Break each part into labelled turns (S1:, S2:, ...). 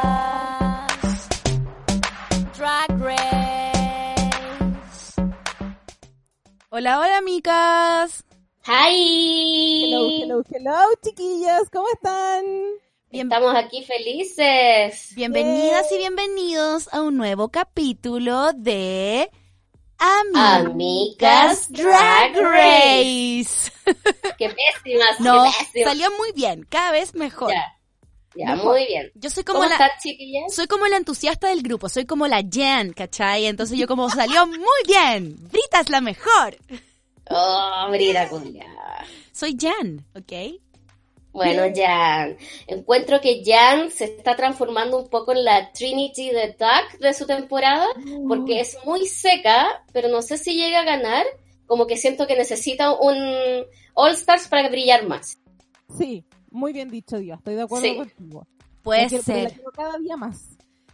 S1: Amigas. Drag Race.
S2: Hola, hola, amigas.
S3: ¡Hi!
S4: Hello, hello, hello, chiquillas, ¿cómo están?
S2: Bien-
S3: Estamos aquí felices.
S2: bienvenidas y bienvenidos a un nuevo capítulo de Amigas,
S3: Amigas Drag Race. Qué pésimas,
S2: No,
S3: qué pésimas.
S2: salió muy bien, cada vez mejor.
S3: Ya, ya, muy bien.
S2: Yo soy
S3: ¿Cómo,
S2: como la
S3: están, chiquillas?
S2: soy como la entusiasta del grupo, soy como la Jen, ¿cachai? Entonces yo como salió muy bien. Brita es la mejor.
S3: Oh, Brida culiada.
S2: Soy Jen, ¿ok?
S3: Bueno, Jan. Encuentro que Jan se está transformando un poco en la Trinity de Duck de su temporada, porque es muy seca, pero no sé si llega a ganar. Como que siento que necesita un All Stars para brillar más.
S4: Sí, muy bien dicho, Dios, estoy de acuerdo
S3: Sí.
S4: contigo.
S2: Puede
S4: Porque- pero la
S2: ser.
S4: quiero cada día más.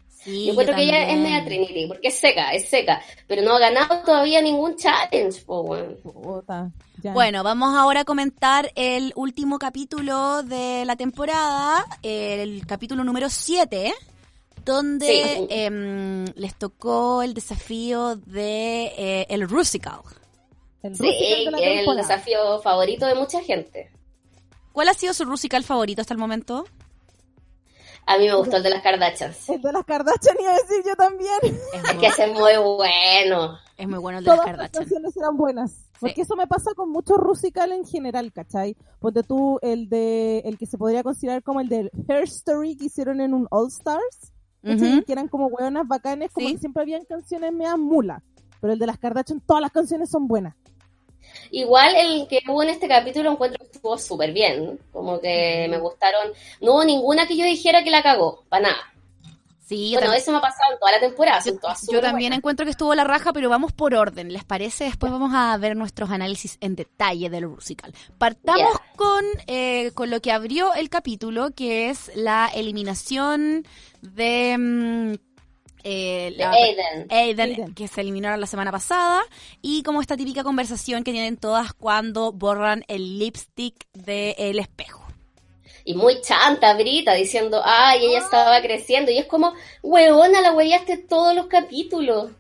S2: Sí,
S3: Yo encuentro que ella es
S2: también.
S3: media Trinity, porque es seca, es seca, pero no ha ganado todavía ningún challenge, po, weón.
S4: Puta, ya.
S2: Bueno, vamos ahora a comentar el último capítulo de la temporada, el capítulo número 7, donde
S3: Sí.
S2: em, les tocó el desafío de eh, el Rusical.
S4: el
S3: Sí,
S4: rústico de la
S3: que es el
S4: temporada.
S3: desafío favorito de mucha gente.
S2: ¿Cuál ha sido su Rusical favorito hasta el momento?
S3: A mí me gustó el de las Kardashians.
S4: El de las Kardashian iba a decir yo también.
S2: Es
S3: Es
S2: muy,
S3: que ese es muy bueno.
S2: es muy bueno el de las
S4: Todas las
S2: Kardashian.
S4: canciones eran buenas. Porque eso me pasa con mucho rusical en general, ¿cachai? Ponte tú el de el que se podría considerar como el del Hair Story que hicieron en un All Stars. ¿cachai?
S2: Ujú.
S4: que eran como hueonas bacanes, como
S2: Sí.
S4: que siempre habían canciones meas mula. Pero el de las Kardashian, todas las canciones son buenas.
S3: Igual el que hubo en este capítulo encuentro que estuvo súper bien. Como que me gustaron. No hubo ninguna que yo dijera que la cagó, para nada.
S2: Sí, yo
S3: Bueno,
S2: también,
S3: eso me ha pasado en toda la temporada.
S2: yo-
S3: son todas
S2: yo
S3: súper
S2: también
S3: buenas.
S2: encuentro que estuvo la raja, pero vamos por orden, ¿les parece? Después vamos a ver nuestros análisis en detalle del Rusical. Partamos
S3: Ya.
S2: con, eh, con lo que abrió el capítulo, que es la eliminación de... mm, eh,
S3: De
S2: la-
S3: Aiden.
S2: Aiden,
S4: Aiden.
S2: que se eliminaron la semana pasada, y como esta típica conversación que tienen todas cuando borran el lipstick del espejo.
S3: Y muy chanta, Brita, diciendo, ay, ella
S2: Ah.
S3: estaba creciendo. Y es como, huevona, la hueviaste todos los capítulos.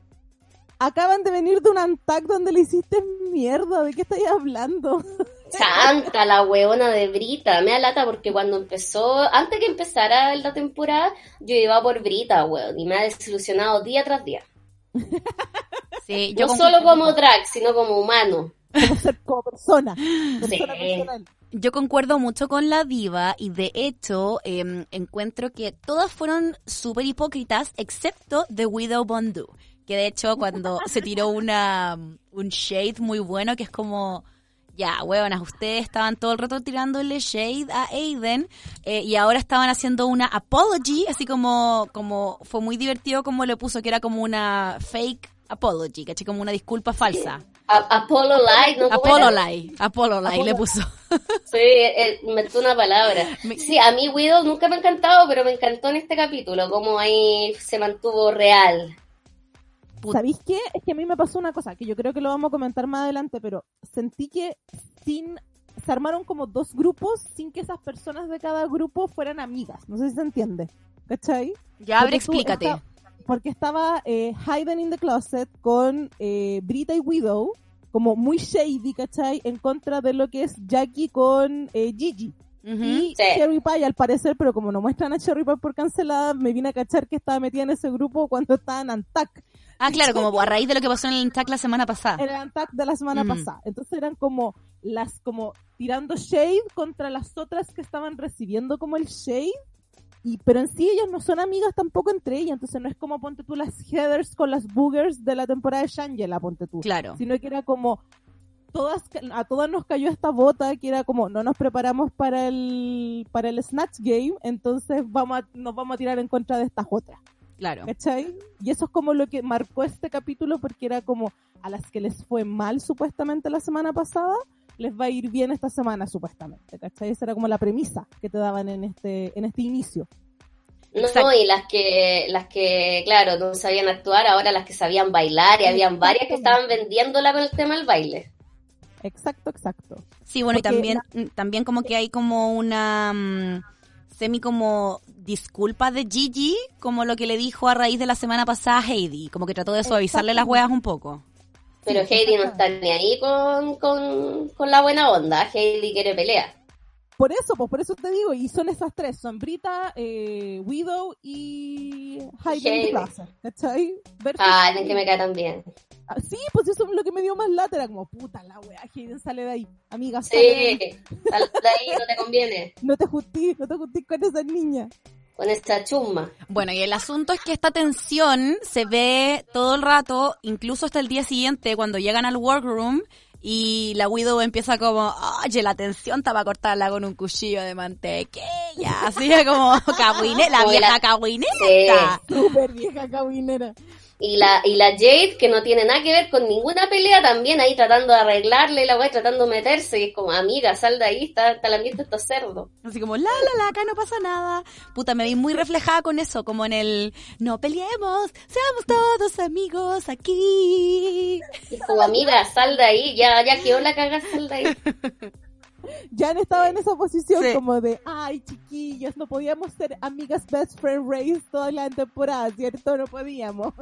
S4: Acaban de venir de un Antac donde le hiciste mierda. ¿De qué estáis hablando?
S3: Chanta, la huevona de Brita. Me da lata porque cuando empezó, antes que empezara la temporada, yo iba por Brita, huevón. Y me ha desilusionado día tras día.
S2: Sí,
S3: No
S2: con-
S3: solo como drag, sino como humano.
S4: Como ser como persona.
S3: Sí.
S4: persona personal.
S2: Yo concuerdo mucho con la diva y de hecho eh, encuentro que todas fueron súper hipócritas excepto The Widow Bondu, que de hecho cuando se tiró una un shade muy bueno que es como ya, huevonas, ustedes estaban todo el rato tirándole shade a Aiden eh, y ahora estaban haciendo una apology, así como como fue muy divertido como lo puso que era como una fake apology, caché como una disculpa falsa.
S3: A- Apollo Light, ¿no? ¿Cómo era?
S2: Apollo lie, Apollo lie le puso.
S3: Sí, eh, eh, inventó una palabra.
S2: Me-
S3: Sí, a mí Widow nunca me ha encantado, pero me encantó en este capítulo, como ahí se mantuvo real.
S2: Puta.
S4: ¿Sabéis qué? Es que a mí me pasó una cosa que yo creo que lo vamos a comentar más adelante, pero sentí que sin se armaron como dos grupos sin que esas personas de cada grupo fueran amigas. No sé si se entiende. ¿Cachai?
S2: Ya, a ver,
S4: Porque tú
S2: explícate.
S4: esta- porque estaba eh, Hayden in the Closet con eh, Brita y Widow, como muy shady, ¿cachai? En contra de lo que es Jackie con eh, Gigi.
S2: Ujú.
S4: Y
S3: Sí.
S4: Cherry Pie, al parecer, pero como no muestran a Cherry Pie por cancelada, me vine a cachar que estaba metida en ese grupo cuando estaba en Antac.
S2: Ah, claro, como a raíz de lo que pasó en el Intac la semana pasada.
S4: En el Antac de la semana
S2: Mm.
S4: pasada. Entonces eran como las, como tirando shade contra las otras que estaban recibiendo como el shade. Y, pero en sí ellas no son amigas tampoco entre ellas, entonces no es como ponte tú las headers con las boogers de la temporada de Shangela, ponte tú.
S2: Claro.
S4: Sino que era como todas, a todas nos cayó esta bota que era como, no nos preparamos para el, para el Snatch Game, entonces vamos a- nos vamos a tirar en contra de estas otras.
S2: Claro.
S4: ¿Cachai? Y eso es como lo que marcó este capítulo porque era como a las que les fue mal supuestamente la semana pasada, les va a ir bien esta semana supuestamente, ¿cachai? Esa era como la premisa que te daban en este, en este inicio.
S3: No,
S2: Exacto.
S3: y las que, las que, claro, no sabían actuar, ahora las que sabían bailar, y habían varias que estaban vendiéndola con el tema del baile.
S4: Exacto, exacto.
S2: Sí, bueno, y
S4: Porque
S2: también, mm, también como que hay como una mm, semi como disculpa de Gigi, como lo que le dijo a raíz de la semana pasada a Heidi, como que trató de suavizarle las
S4: Exactamente.
S2: huevas un poco.
S3: Pero
S4: Sí,
S3: Heidi no está
S4: exactamente.
S3: ni ahí con, con, con la buena onda, Heidi quiere pelea.
S4: Por eso, pues por eso te digo, y son esas tres, son Brita, eh, Widow y Hayden
S3: Heidi.
S4: Plaza, ¿cachai? Versus-
S3: Ah, alguien que me cae también.
S4: Ah, Sí, pues eso es lo que me dio más lata, era como, puta la wea, Hayden sale de ahí, amiga, sale de ahí.
S3: Sí, sal de ahí, no te conviene.
S4: no te justís, no te justís con esa niña.
S3: Con esta chumba.
S2: Bueno, y el asunto es que esta tensión se ve todo el rato, incluso hasta el día siguiente, cuando llegan al workroom y la Widow empieza como, oye, la tensión estaba a cortarla con un cuchillo de mantequilla. Así es como, "Cahuine- la
S3: Oye, la-
S2: vieja cahuineta.
S4: Súper vieja cabinera.
S3: Y la, y la Jade, que no tiene nada que ver con ninguna pelea, también ahí tratando de arreglarle la weá, tratando de meterse, y es como, amiga, sal de ahí, está, está lamiendo estos cerdos.
S2: Así como, la, la, la, acá no pasa nada. Puta, me vi muy reflejada con eso, como en el, no peleemos, seamos todos amigos aquí.
S3: Y es como, amiga, sal de ahí, ya, ya quedó la caga, sal de ahí.
S4: Jan estaba en esa posición
S2: Sí.
S4: como de, ay, chiquillas, no podíamos ser amigas best friend race toda la temporada, ¿cierto? No podíamos.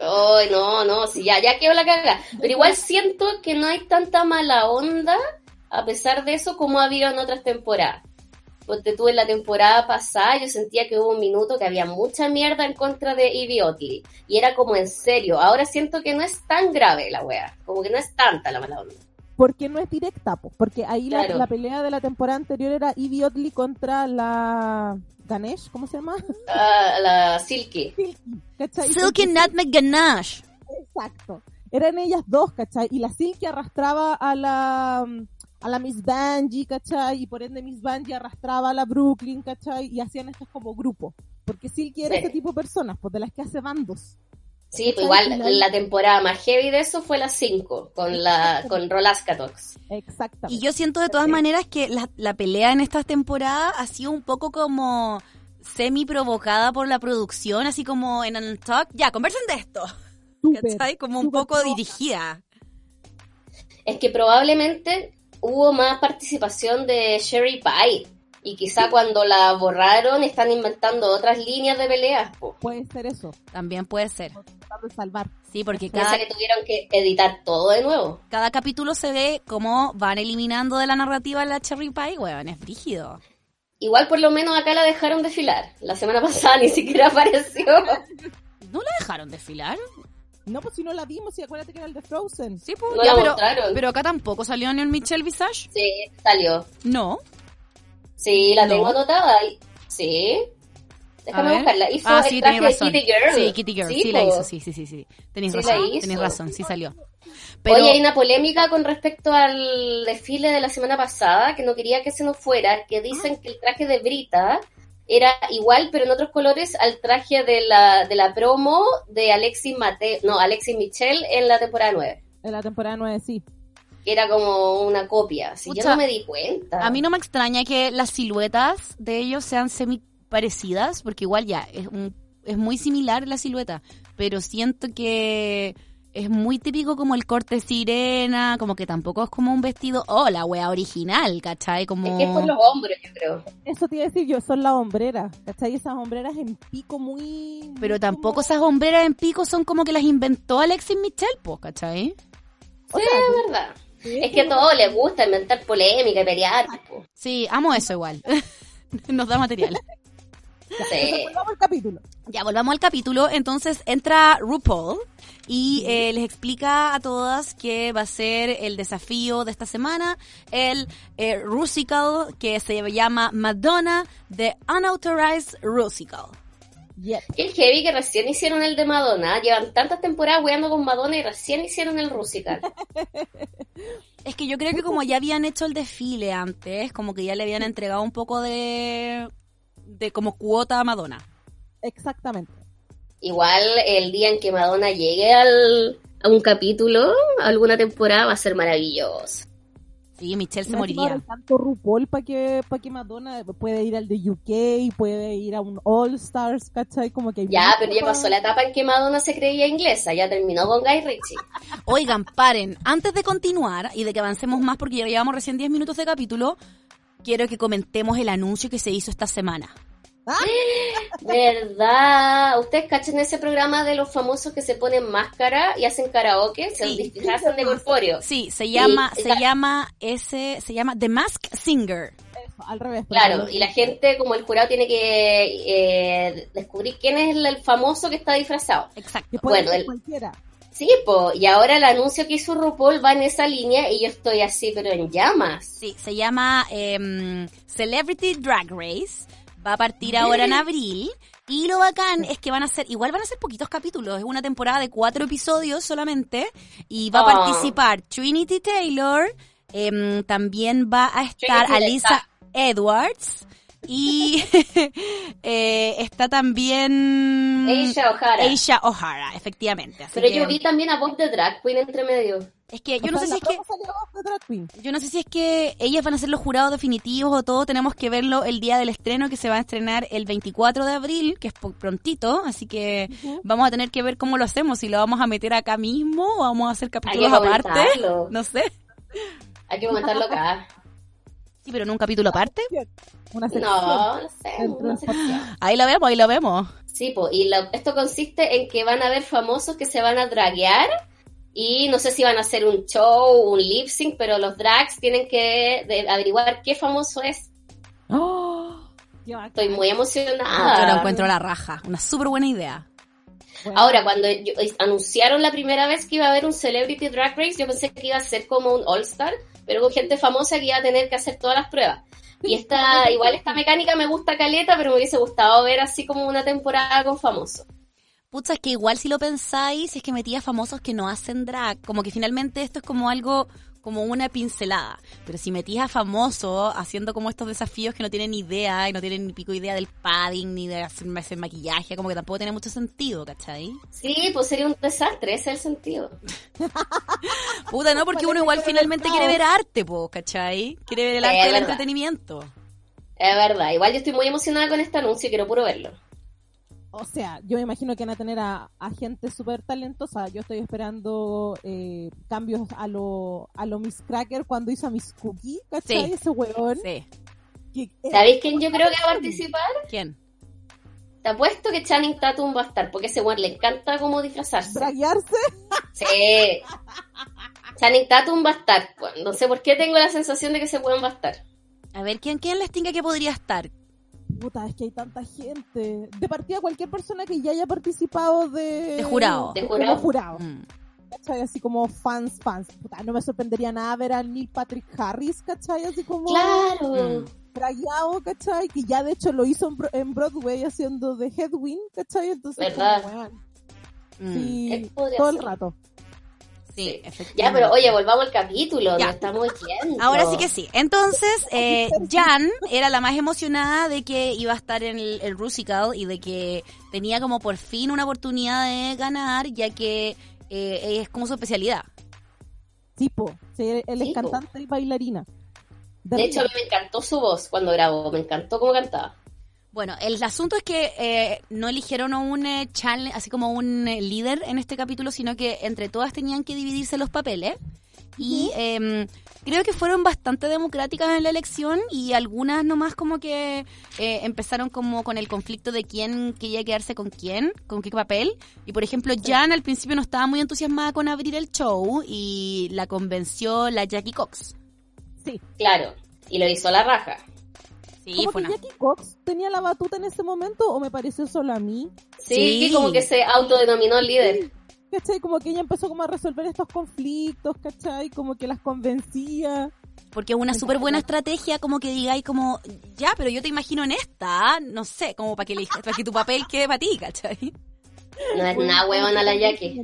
S3: Ay, no, no, sí, ya, ya quedó la caga. Pero igual siento que no hay tanta mala onda, a pesar de eso, como ha habido en otras temporadas. Porque tú en la temporada pasada yo sentía que hubo un minuto que había mucha mierda en contra de Ivy Otley. Y era como en serio. Ahora siento que no es tan grave la wea. Como que no es tanta la mala onda.
S4: Porque no es directa, po, porque ahí la-
S3: Claro.
S4: la, pelea de la temporada anterior era Ivy Otley contra la Ganesh, ¿cómo se llama?
S3: Ah, la Silky.
S4: ¿Cachai?
S2: Silky Nut McGanache.
S4: Exacto. Eran ellas dos, ¿cachai? Y la Silky arrastraba a la a la Miss Bungie, ¿cachai? Y por ende Miss Bungie arrastraba a la Brooklyn, ¿cachai? Y hacían estos como grupos. Porque Silky era
S3: Sí.
S4: ese tipo de personas, pues de las que hace bandos.
S3: Sí, pues igual la temporada más heavy de eso fue la 5, con la con Rolascatox.
S4: Exactamente.
S2: Y yo siento de todas maneras que la, la pelea en esta temporada ha sido un poco como semi provocada por la producción, así como en un talk, ya, conversen de esto.
S4: Súper,
S2: ¿Cachai? Como un
S4: súper
S2: poco
S4: pro-
S2: dirigida.
S3: Es que probablemente hubo más participación de Sherry Pie. Y quizá cuando la borraron están inventando otras líneas de peleas. po.
S4: Puede ser eso,
S2: También puede ser.
S4: tratar de salvar.
S2: Sí, porque cada,
S3: Piensa que tuvieron que editar todo de nuevo.
S2: cada capítulo se ve cómo van eliminando de la narrativa la Cherry Pie, weón, es brígido.
S3: Igual por lo menos acá la dejaron desfilar. La semana pasada ni siquiera apareció.
S2: ¿No la dejaron desfilar?
S4: No, pues si no la vimos, y acuérdate que era el de Frozen.
S2: Sí, pues,
S3: No
S2: ya,
S3: la
S2: pero,
S3: mostraron.
S2: pero acá tampoco salió ni el Michelle Visage.
S3: Sí, salió.
S2: No.
S3: Sí, la
S2: No.
S3: tengo anotada. Y- Sí.
S2: A
S3: Déjame
S2: ver.
S3: buscarla. Hizo
S2: ah,
S3: el
S2: sí,
S3: traje
S2: tenés
S3: de
S2: razón.
S3: Kitty Girl.
S2: Sí, Kitty Girl, sí, la
S3: po.
S2: hizo, sí, sí, sí, sí. Tenés
S3: Sí, la
S2: razón,
S3: hizo.
S2: tenés razón, sí salió. Pero
S3: Oye, hay una polémica con respecto al desfile de la semana pasada, que no quería que se nos fuera, que dicen que el traje de Brita era igual, pero en otros colores, al traje de la, de la promo de Alexis Mateo, no, Alexis Michel en la temporada 9,
S4: En la temporada 9, sí.
S3: que era como una copia. Si yo
S2: Pucha,
S3: no me di cuenta.
S2: a mí no me extraña que las siluetas de ellos sean semi parecidas, porque igual ya es, un- es muy similar la silueta, pero siento que es muy típico como el corte sirena, como que tampoco es como un vestido, oh, la wea original, ¿cachai? Como...
S3: Es que es por los hombros, yo creo.
S4: Eso te iba a decir yo, son las hombreras, ¿cachai? Esas hombreras en pico muy...
S2: Pero
S4: muy
S2: tampoco
S4: como-
S2: esas hombreras en pico son como que las inventó Alexis Michel, po, ¿cachai?
S4: O sea,
S3: Es verdad.
S4: sí,
S3: Es que a todos les gusta inventar polémica y pelear. po.
S2: Sí, amo eso igual. Nos da material.
S3: Sí.
S4: Volvamos al capítulo.
S2: Ya, volvamos al capítulo. Entonces entra RuPaul y eh, les explica a todas que va a ser el desafío de esta semana, el eh, Rusical, que se llama Madonna, The Unauthorized Rusical.
S4: Yep.
S3: Qué heavy que recién hicieron el de Madonna. Llevan tantas temporadas weando con Madonna y recién hicieron el Rusical.
S2: Es que yo creo que como ya habían hecho el desfile antes, como que ya le habían entregado un poco de, de como cuota a Madonna.
S4: Exactamente.
S3: Igual el día en que Madonna llegue al, a un capítulo, a alguna temporada, va a ser maravilloso.
S2: Sí, Michelle se
S4: Más encima
S2: moriría.
S4: ahora hay Tanto RuPaul para que, pa que Madonna puede ir al de UK, puede ir a un All Stars, ¿cachai? Como que hay
S3: Ya,
S4: mucho
S3: pero ya
S4: pa-
S3: pasó la etapa en que Madonna se creía inglesa. Ya terminó con Guy Ritchie.
S2: Oigan, paren, antes de continuar y de que avancemos más, porque ya llevamos recién 10 minutos de capítulo, quiero que comentemos el anuncio que se hizo esta semana.
S3: ¿Verdad? ¿Ustedes cachan ese programa de los famosos que se ponen máscara y hacen karaoke? Se
S2: Sí.
S3: disfrazan de corpóreo.
S2: Sí, se llama,
S3: Sí,
S2: se
S3: la-
S2: llama ese, se llama The Mask Singer.
S4: Eso, al revés. pero
S3: Claro,
S4: no.
S3: y la gente, como el jurado, tiene que eh, descubrir quién es el- el famoso que está disfrazado.
S2: Exacto.
S4: Que puede
S3: bueno,
S4: ser
S3: el-
S4: cualquiera.
S3: Sí, po, y ahora el anuncio que hizo RuPaul va en esa línea y yo estoy así, pero en llamas.
S2: Sí, se llama em, Celebrity Drag Race. Va a partir ahora en abril. Y lo bacán es que van a ser, igual van a ser poquitos capítulos, es una temporada de cuatro episodios solamente. Y va a
S3: Oh.
S2: participar Trinity Taylor, em, también va a estar
S3: Trinity
S2: Alisa Edwards. Y eh, está también
S3: Asia O'Hara.
S2: Asia O'Hara, efectivamente. Así
S3: Pero
S2: Mm, que-
S3: yo vi también a Bob de Drag Queen entre medio.
S2: es que
S4: O
S2: yo no sé
S4: sea,
S2: si
S4: la
S2: es que
S4: promo salió de Drag Queen.
S2: yo no sé si es que ellas van a ser los jurados definitivos o todo, tenemos que verlo el día del estreno que se va a estrenar el 24 de abril, que es po- prontito, así que vamos a tener que ver cómo lo hacemos, si lo vamos a meter acá mismo o vamos a hacer
S3: Hay que
S2: capítulos aparte,
S3: comentarlo.
S2: no sé.
S3: Hay que comentarlo acá.
S2: Sí, pero en un capítulo aparte.
S4: Una sección.
S3: No, no sé.
S4: Dentro
S3: no
S4: del
S3: sé.
S4: podcast.
S2: Ahí lo vemos, ahí lo vemos.
S3: Sí, po, y la- esto consiste en que van a haber famosos que se van a draguear y no sé si van a hacer un show, un lip sync, pero los drags tienen que de- averiguar qué famoso es.
S4: ¡Oh! Qué bacán.
S3: Estoy muy
S2: Yo lo
S3: emocionada.
S2: encuentro la raja, una súper buena idea.
S4: Bueno,
S3: Ahora, cuando yo- anunciaron la primera vez que iba a haber un Celebrity Drag Race, yo pensé que iba a ser como un All Star, pero con gente famosa que iba a tener que hacer todas las pruebas. Y esta, igual esta mecánica me gusta caleta, pero me hubiese gustado ver así como una temporada con famosos.
S2: Pucha, es que igual si lo pensáis, si es que metía famosos que no hacen drag, como que finalmente esto es como algo, como una pincelada. Pero si metías a famosos haciendo como estos desafíos que no tienen idea y no tienen ni pico idea del padding ni de hacer, hacer maquillaje, como que tampoco tiene mucho sentido, ¿cachai?
S3: Sí, pues sería un desastre, ese es el sentido.
S2: Puta, no, porque uno igual finalmente quiere ver arte, po, ¿cachai? Quiere ver el
S3: Sí,
S2: arte
S3: es
S2: del
S3: verdad.
S2: entretenimiento.
S3: Es verdad, igual yo estoy muy emocionada con este anuncio y quiero puro verlo.
S4: O sea, yo me imagino que van a tener a, a gente súper talentosa. Yo estoy esperando eh, cambios a lo, a lo Miss Cracker cuando hizo a Miss Cookie, ¿cachai?
S2: Sí.
S4: Ese huevón.
S2: Sí.
S4: que- eh,
S3: ¿Sabéis quién yo creo que va a participar?
S2: ¿Quién?
S3: Te apuesto que Channing Tatum va a estar, porque ese weón le encanta como disfrazarse.
S4: draguearse.
S3: Sí. Channing Tatum va a estar. weón. pues. No sé por qué tengo la sensación de que ese weón va a estar.
S2: A ver, ¿quién, quién les tinga que podría estar?
S4: Puta, es que hay tanta gente. De partida, cualquier persona que ya haya participado de.
S2: De jurado.
S3: De
S4: como
S3: jurado.
S4: jurado,
S2: Mm.
S4: ¿cachai? Así como fans, fans. Puta, no me sorprendería nada ver a Neil Patrick Harris, ¿cachai? Así como.
S3: Claro.
S2: Mm.
S4: Trayao, ¿cachai? Que ya de hecho lo hizo en, Bro- en Broadway haciendo de Headwind, ¿cachai? Entonces,
S3: ¿Verdad?
S4: como, weón,
S2: Mm.
S4: sí,
S3: Él podría
S4: todo el
S3: ser.
S4: rato.
S2: Sí,
S3: Ya, pero oye, volvamos al capítulo.
S2: Mm. Ya.
S3: Nos estamos yendo.
S2: Ahora sí que sí. Entonces, eh, Jan era la más emocionada de que iba a estar en el, el Rusical y de que tenía como por fin una oportunidad de ganar, ya que eh, es como su especialidad.
S4: Tipo, sí, él es
S3: Sí, po.
S4: cantante y bailarina.
S3: De hecho, a mí me encantó su voz cuando grabó. Me encantó cómo cantaba.
S2: Bueno, el asunto es que eh, no eligieron a un eh, challenge, así como un eh, líder en este capítulo, sino que entre todas tenían que dividirse los papeles. Y em, creo que fueron bastante democráticas en la elección y algunas nomás como que eh, empezaron como con el conflicto de quién quería quedarse con quién, con qué papel. Y por ejemplo, Jan al principio no estaba muy entusiasmada con abrir el show y la convenció la Jackie Cox.
S4: sí.
S3: Claro. Y lo hizo la raja.
S2: Sí,
S4: Como
S2: fue
S4: que
S2: una...
S4: Jackie Cox tenía la batuta en ese momento o me pareció solo a mí.
S3: Sí,
S2: Sí.
S3: que como que se autodenominó líder.
S4: ¿Cachai? Como que ella empezó como a resolver estos conflictos, ¿cachai? Como que las convencía.
S2: Porque es una súper buena estrategia como que digáis como, ya, pero yo te imagino en esta, ¿ah? no sé, como para que, elijas- para que tu papel quede para ti, ¿cachai?
S3: No es nada huevona la Jackie.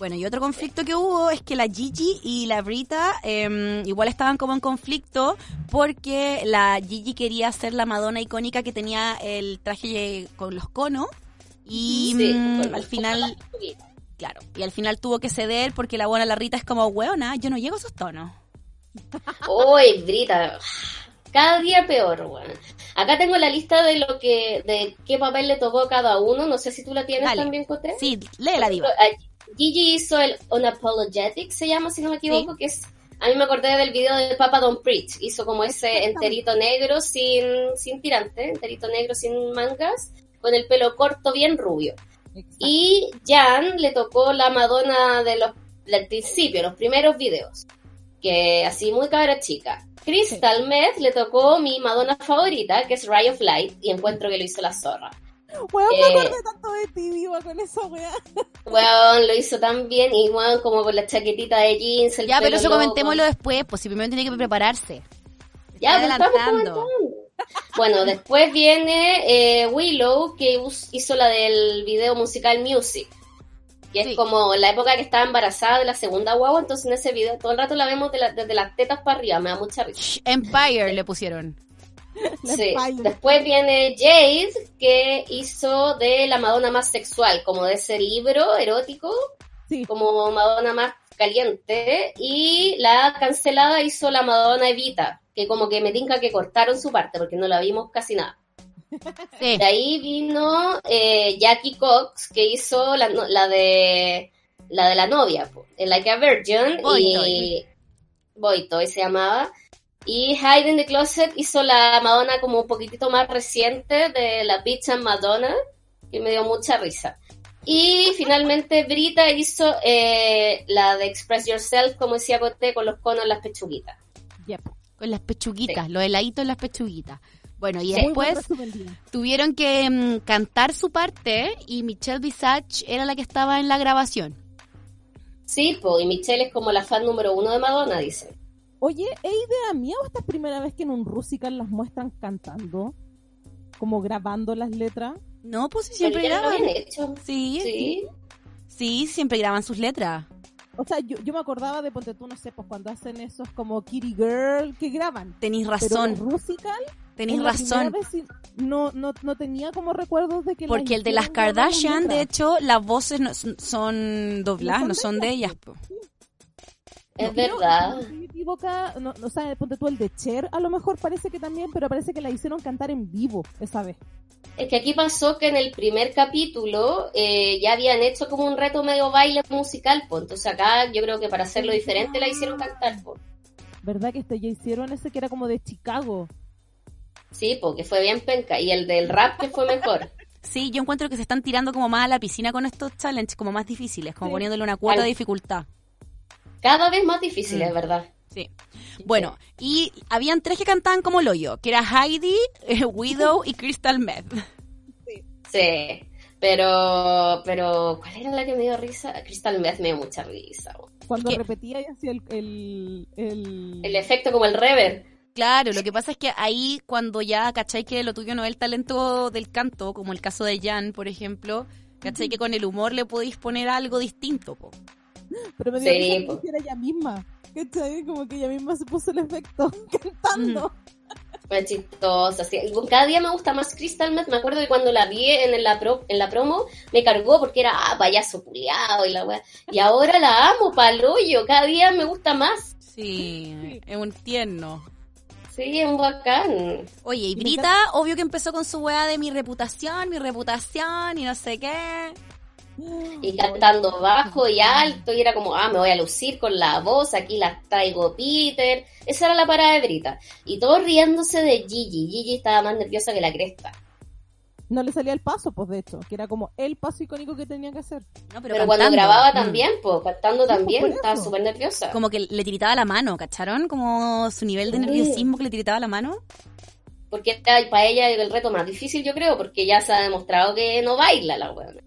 S2: Bueno, y otro conflicto que hubo es que la Gigi y la Brita eh, igual estaban como en conflicto porque la Gigi quería ser la Madonna icónica que tenía el traje con los conos y
S3: Sí,
S2: mm,
S3: con-
S2: al final,
S3: con la-
S2: claro, y al final tuvo que ceder porque la buena la Rita es como, weona, yo no llego a esos tonos.
S3: Uy, Brita. Cada día peor, weón. Acá tengo la lista de lo que, de qué papel le tocó a cada uno. No sé si tú la tienes
S2: Dale.
S3: también, Cote.
S2: Sí, lee la diva.
S3: A- ah, Gigi hizo el Unapologetic, se llama, si no me equivoco, que es... A mí me acordé del video de Papa Don Preach. Hizo como ese enterito negro sin, sin tirante, enterito negro sin mangas, con el pelo corto bien rubio. Y Jan le tocó la Madonna de los, del principio, los primeros videos. Que así muy cabra chica. Crystal Meth le tocó mi Madonna favorita, que es Ray of Light, y encuentro que lo hizo la zorra.
S4: Weón,
S3: Eh.
S4: me acordé tanto de ti, Diva, con esa weá.
S3: Weón, lo hizo tan bien y weón como con la chaquetita de jeans. El
S2: Ya, pero
S3: pelo
S2: eso
S3: loco.
S2: comentémoslo después, pues si primero tiene que prepararse.
S3: Ya,
S2: Está
S3: pues, estamos
S2: adelantando.
S3: comentando. Bueno, después viene eh, Willow, que us- hizo la del video musical Music. Que
S2: Sí.
S3: es como la época que estaba embarazada de la segunda guagua, entonces en ese video todo el rato la vemos de la- desde las tetas para arriba, me da mucha risa.
S2: Shh, Empire le pusieron.
S4: La
S3: Sí.
S4: Empire.
S3: Después viene Jade, que hizo de la Madonna más sexual, como de ese libro erótico,
S4: Sí.
S3: como Madonna más caliente. Y la cancelada hizo la Madonna Evita, que como que me tinca que cortaron su parte, porque no la vimos casi nada.
S2: Sí.
S3: De ahí vino eh, Jackie Cox, que hizo la, no- la de la de la novia, po, en Like a Virgin,
S2: Boy
S3: y
S2: Toy.
S3: Boy Toy se llamaba. Y Hide in the Closet hizo la Madonna como un poquitito más reciente de la Bitch and Madonna, que me dio mucha risa. Y finalmente Brita hizo eh, la de Express Yourself, como decía Cote, con los conos en las pechuguitas.
S4: Yep.
S2: Con las pechuguitas, los heladitos en las pechuguitas. Bueno, y
S3: Sí.
S4: Muy buen
S2: después
S4: resumen, Diva.
S2: tuvieron que mm, cantar su parte y Michelle Visage era la que estaba en la grabación.
S3: Sí, po, y Michelle es como la fan número uno de Madonna, dice.
S4: Oye, ¿es idea mía o esta es primera vez que en un Rusical las muestran cantando? Como grabando las letras.
S2: No, pues sí, siempre
S3: Pero ya lo
S2: graban.
S3: habían hecho.
S2: Sí, sí,
S3: Sí.
S2: siempre graban sus letras.
S4: O sea, yo, yo me acordaba de Ponte tú, no sé, pues cuando hacen esos como Kitty Girl que graban.
S2: Tenéis
S4: Pero en
S2: razón,
S4: Rusical,
S2: tenéis
S4: es la primera
S2: razón.
S4: vez y no, no, no tenía como recuerdos de que las
S2: Porque el de las
S4: hicieran grabar las
S2: Kardashian, de
S4: letras.
S2: hecho, las voces no- son dobladas, no son de ellas. po.
S3: Es
S4: Creo-
S3: verdad.
S4: si no me equivoca, no, no, o sea, ponte tú el de Cher, a lo mejor parece que también, pero parece que la hicieron cantar en vivo esa vez.
S3: Es que aquí pasó que en el primer capítulo eh, ya habían hecho como un reto medio baile musical, pues entonces acá yo creo que para hacerlo diferente la hicieron cantar, pues.
S4: ¿Verdad que este ya hicieron ese que era como de Chicago?
S3: Sí, porque fue bien penca. Y el del rap que fue mejor.
S2: Sí, yo encuentro que se están tirando como más a la piscina con estos challenges, como más difíciles, como
S4: Sí.
S2: poniéndole una cuota
S3: Al-
S2: de dificultad.
S3: Cada vez más difícil,
S2: Mm.
S3: es verdad.
S2: Sí. Bueno, y habían tres que cantaban como loyo, que era Heidi, eh, Widow y Crystal Meth.
S3: Sí. Pero, pero, ¿cuál era la que me dio risa? Crystal Meth me dio mucha risa. pues. bo.
S4: Cuando
S2: Es que-
S4: repetía y hacía el... el, el-
S3: El e- efecto como el rever.
S2: Claro, lo que pasa es que ahí cuando ya, ¿cachai? Que lo tuyo no es el talento del canto, como el caso de Jan, por ejemplo, ¿cachai? Que con el humor le podéis poner algo distinto, po.
S4: Pero me dio
S3: Sí,
S4: risa que
S3: po.
S4: lo hiciera ella misma. ¿Cachai? Como que ella misma se puso el efecto cantando.
S3: Fue chistosa. sí. Y Cada día me gusta más Crystal Meth. Me acuerdo que cuando la vi en la, pro- en la promo, me cargó porque era ah, payaso culiado y la wea. Y ahora la amo, palollo. Cada día me gusta más.
S2: Sí, es un tierno.
S3: Sí, es un bacán.
S2: Oye, y
S4: Me
S2: Brita, obvio que empezó con su weá de mi reputación, mi reputación y no sé qué.
S3: Y cantando bajo y alto. Y era como, ah, me voy a lucir con la voz. Aquí la traigo Peter. Esa era la parada de Brita. Y todos riéndose de Gigi. Gigi estaba más nerviosa que la cresta.
S4: No le salía el paso, pues de hecho, que era como el paso icónico que tenía que hacer.
S2: No,
S3: Pero,
S2: pero,
S3: cuando
S2: cantando.
S3: grababa
S2: Mm.
S3: también, pues, cantando
S4: pues,
S3: también,
S4: por
S3: estaba
S4: eso.
S3: súper nerviosa.
S2: Como que le tiritaba la mano, ¿cacharon? Como su nivel de
S3: Sí.
S2: nerviosismo que le tiritaba la mano.
S3: Porque era para ella el reto más difícil, yo creo, porque ya se ha demostrado que no baila la weona.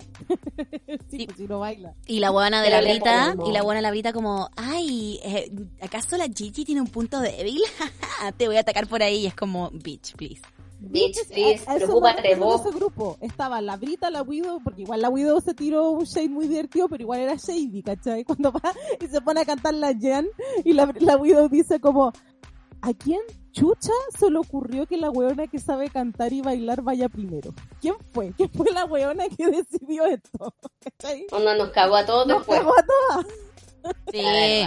S4: sí,
S2: Sí.
S4: pues si no baila.
S2: Y la buena de
S3: Pero
S2: la
S3: le
S2: brita,
S3: pongo.
S2: y la buena de la brita como, ay, eh, ¿acaso la Gigi tiene un punto débil? Te voy a atacar por ahí y es como, bitch, please.
S3: Bitch,
S4: Entonces,
S3: please,
S4: a- a eso
S3: preocúpate
S4: me refiero
S3: vos.
S4: de ese grupo. Estaba la Brita, la Widow, porque igual la Widow se tiró un shade muy divertido, pero igual era shady, ¿cachai? Cuando va y se pone a cantar la Jen y la, la Widow dice como, ¿a quién chucha se le ocurrió que la weona que sabe cantar y bailar vaya primero? ¿Quién fue? ¿Quién fue la weona que decidió esto? ¿Cachai?
S3: O no, nos cagó a todos
S4: Nos
S3: después.
S4: cagó a todas.
S2: Sí,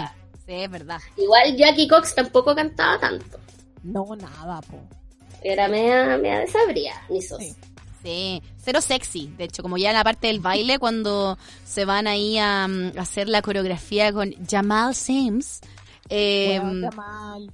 S2: sí, es verdad.
S3: Igual Jackie Cox tampoco cantaba tanto.
S4: No, nada, po.
S3: Era media, media desabría, ni sos.
S4: Sí.
S2: Sí, cero sexy. De hecho, como ya en la parte del baile, cuando se van ahí a, mm, hacer la coreografía con Jamal Sims, eh,
S4: Weón, está mal.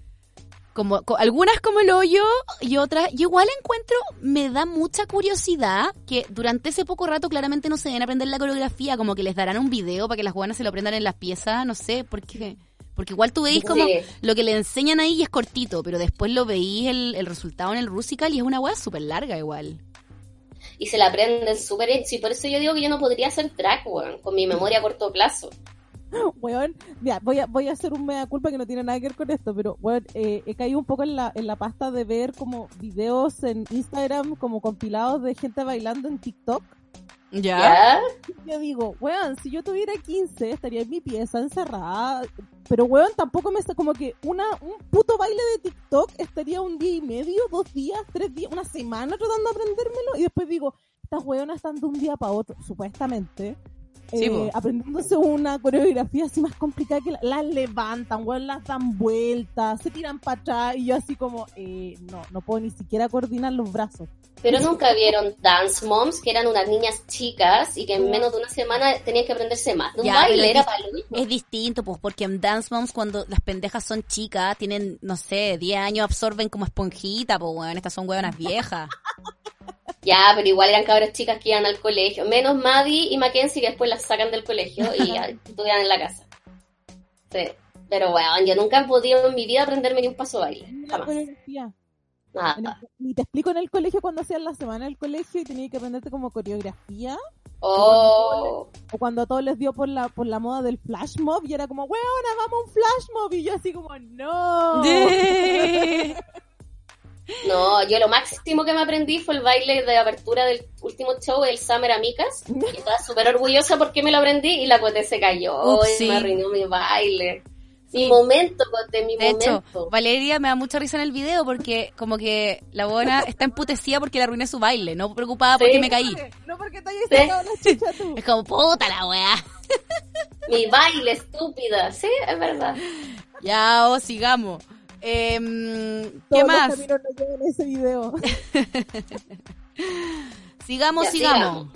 S2: como co- algunas como el hoyo y otras yo igual encuentro me da mucha curiosidad que durante ese poco rato claramente no se deben aprender la coreografía como que les darán un video para que las buenas se lo aprendan en las piezas no sé porque porque igual tú veis como
S3: Sí.
S2: lo que le enseñan ahí y es cortito pero después lo veís el, el resultado en el Rusical y es una hueá súper larga igual
S3: Y se la aprenden súper hecho. Y por eso yo digo que yo no podría hacer track, weón, con mi memoria a corto plazo.
S4: Weón, mira, voy a, voy a hacer un mea culpa que no tiene nada que ver con esto, pero weón, eh, he caído un poco en la, en la pasta de ver como videos en Instagram, como compilados de gente bailando en TikTok.
S2: ya
S3: ¿Ya?
S4: Yo digo, weón, si yo tuviera 15 estaría en mi pieza encerrada, pero weón, tampoco me está como que una un puto baile de TikTok estaría un día y medio, dos días, tres días, una semana tratando de aprendérmelo y después digo, estas weonas están de un día para otro, supuestamente.
S2: Sí,
S4: eh,
S2: po.
S4: aprendiéndose una coreografía así más complicada que la- las levantan, weón, las dan vueltas, se tiran para atrás y yo así como, eh, no, no puedo ni siquiera coordinar los brazos.
S3: Pero nunca vieron Dance Moms, que eran unas niñas chicas y que en menos de una semana tenían que aprenderse más. De un
S2: Ya, pero
S3: baile era
S2: es-
S3: para lo mismo.
S2: es distinto pues porque en Dance Moms cuando las pendejas son chicas tienen no sé 10 años absorben como esponjita pues bueno estas son hueonas viejas
S3: Ya, pero igual eran cabras chicas que iban al colegio. Menos Maddie y Mackenzie que después las sacan del colegio y ya estudian en la casa. Sí. Pero weón, yo nunca he podido en mi vida aprenderme ni un paso de baile.
S4: La
S3: Jamás.
S4: coreografía. En el-
S3: Nada.
S4: Y te explico en el colegio cuando hacían la semana del colegio y tenías que aprenderte como coreografía.
S3: Oh.
S4: O cuando a todos les dio por la por la moda del flash mob y era como, weona, vamos a un flash mob. Y yo así como, no.
S3: No, yo lo máximo que me aprendí fue el baile de apertura del último show, el Summer Amicas. Y estaba súper orgullosa porque me lo aprendí y la cote se cayó
S2: Upsi.
S3: y me arruinó mi baile. Mi
S2: Sí.
S3: momento, cote, mi
S2: De hecho,
S3: momento.
S2: Valeria me da mucha risa en el video porque como que la buena está emputecida porque le arruiné su baile, no preocupada porque
S3: Sí.
S2: me caí.
S4: No porque te hayas sacado la chucha tú.
S2: Es como, puta la weá.
S3: Mi baile, estúpida. Sí, es verdad.
S2: Ya, oh, sigamos. Em, ¿Qué
S4: Todos
S2: más?
S4: Los caminos nos llevan a ese video.
S2: Sigamos,
S3: Ya,
S2: sigamos.
S3: sigamos.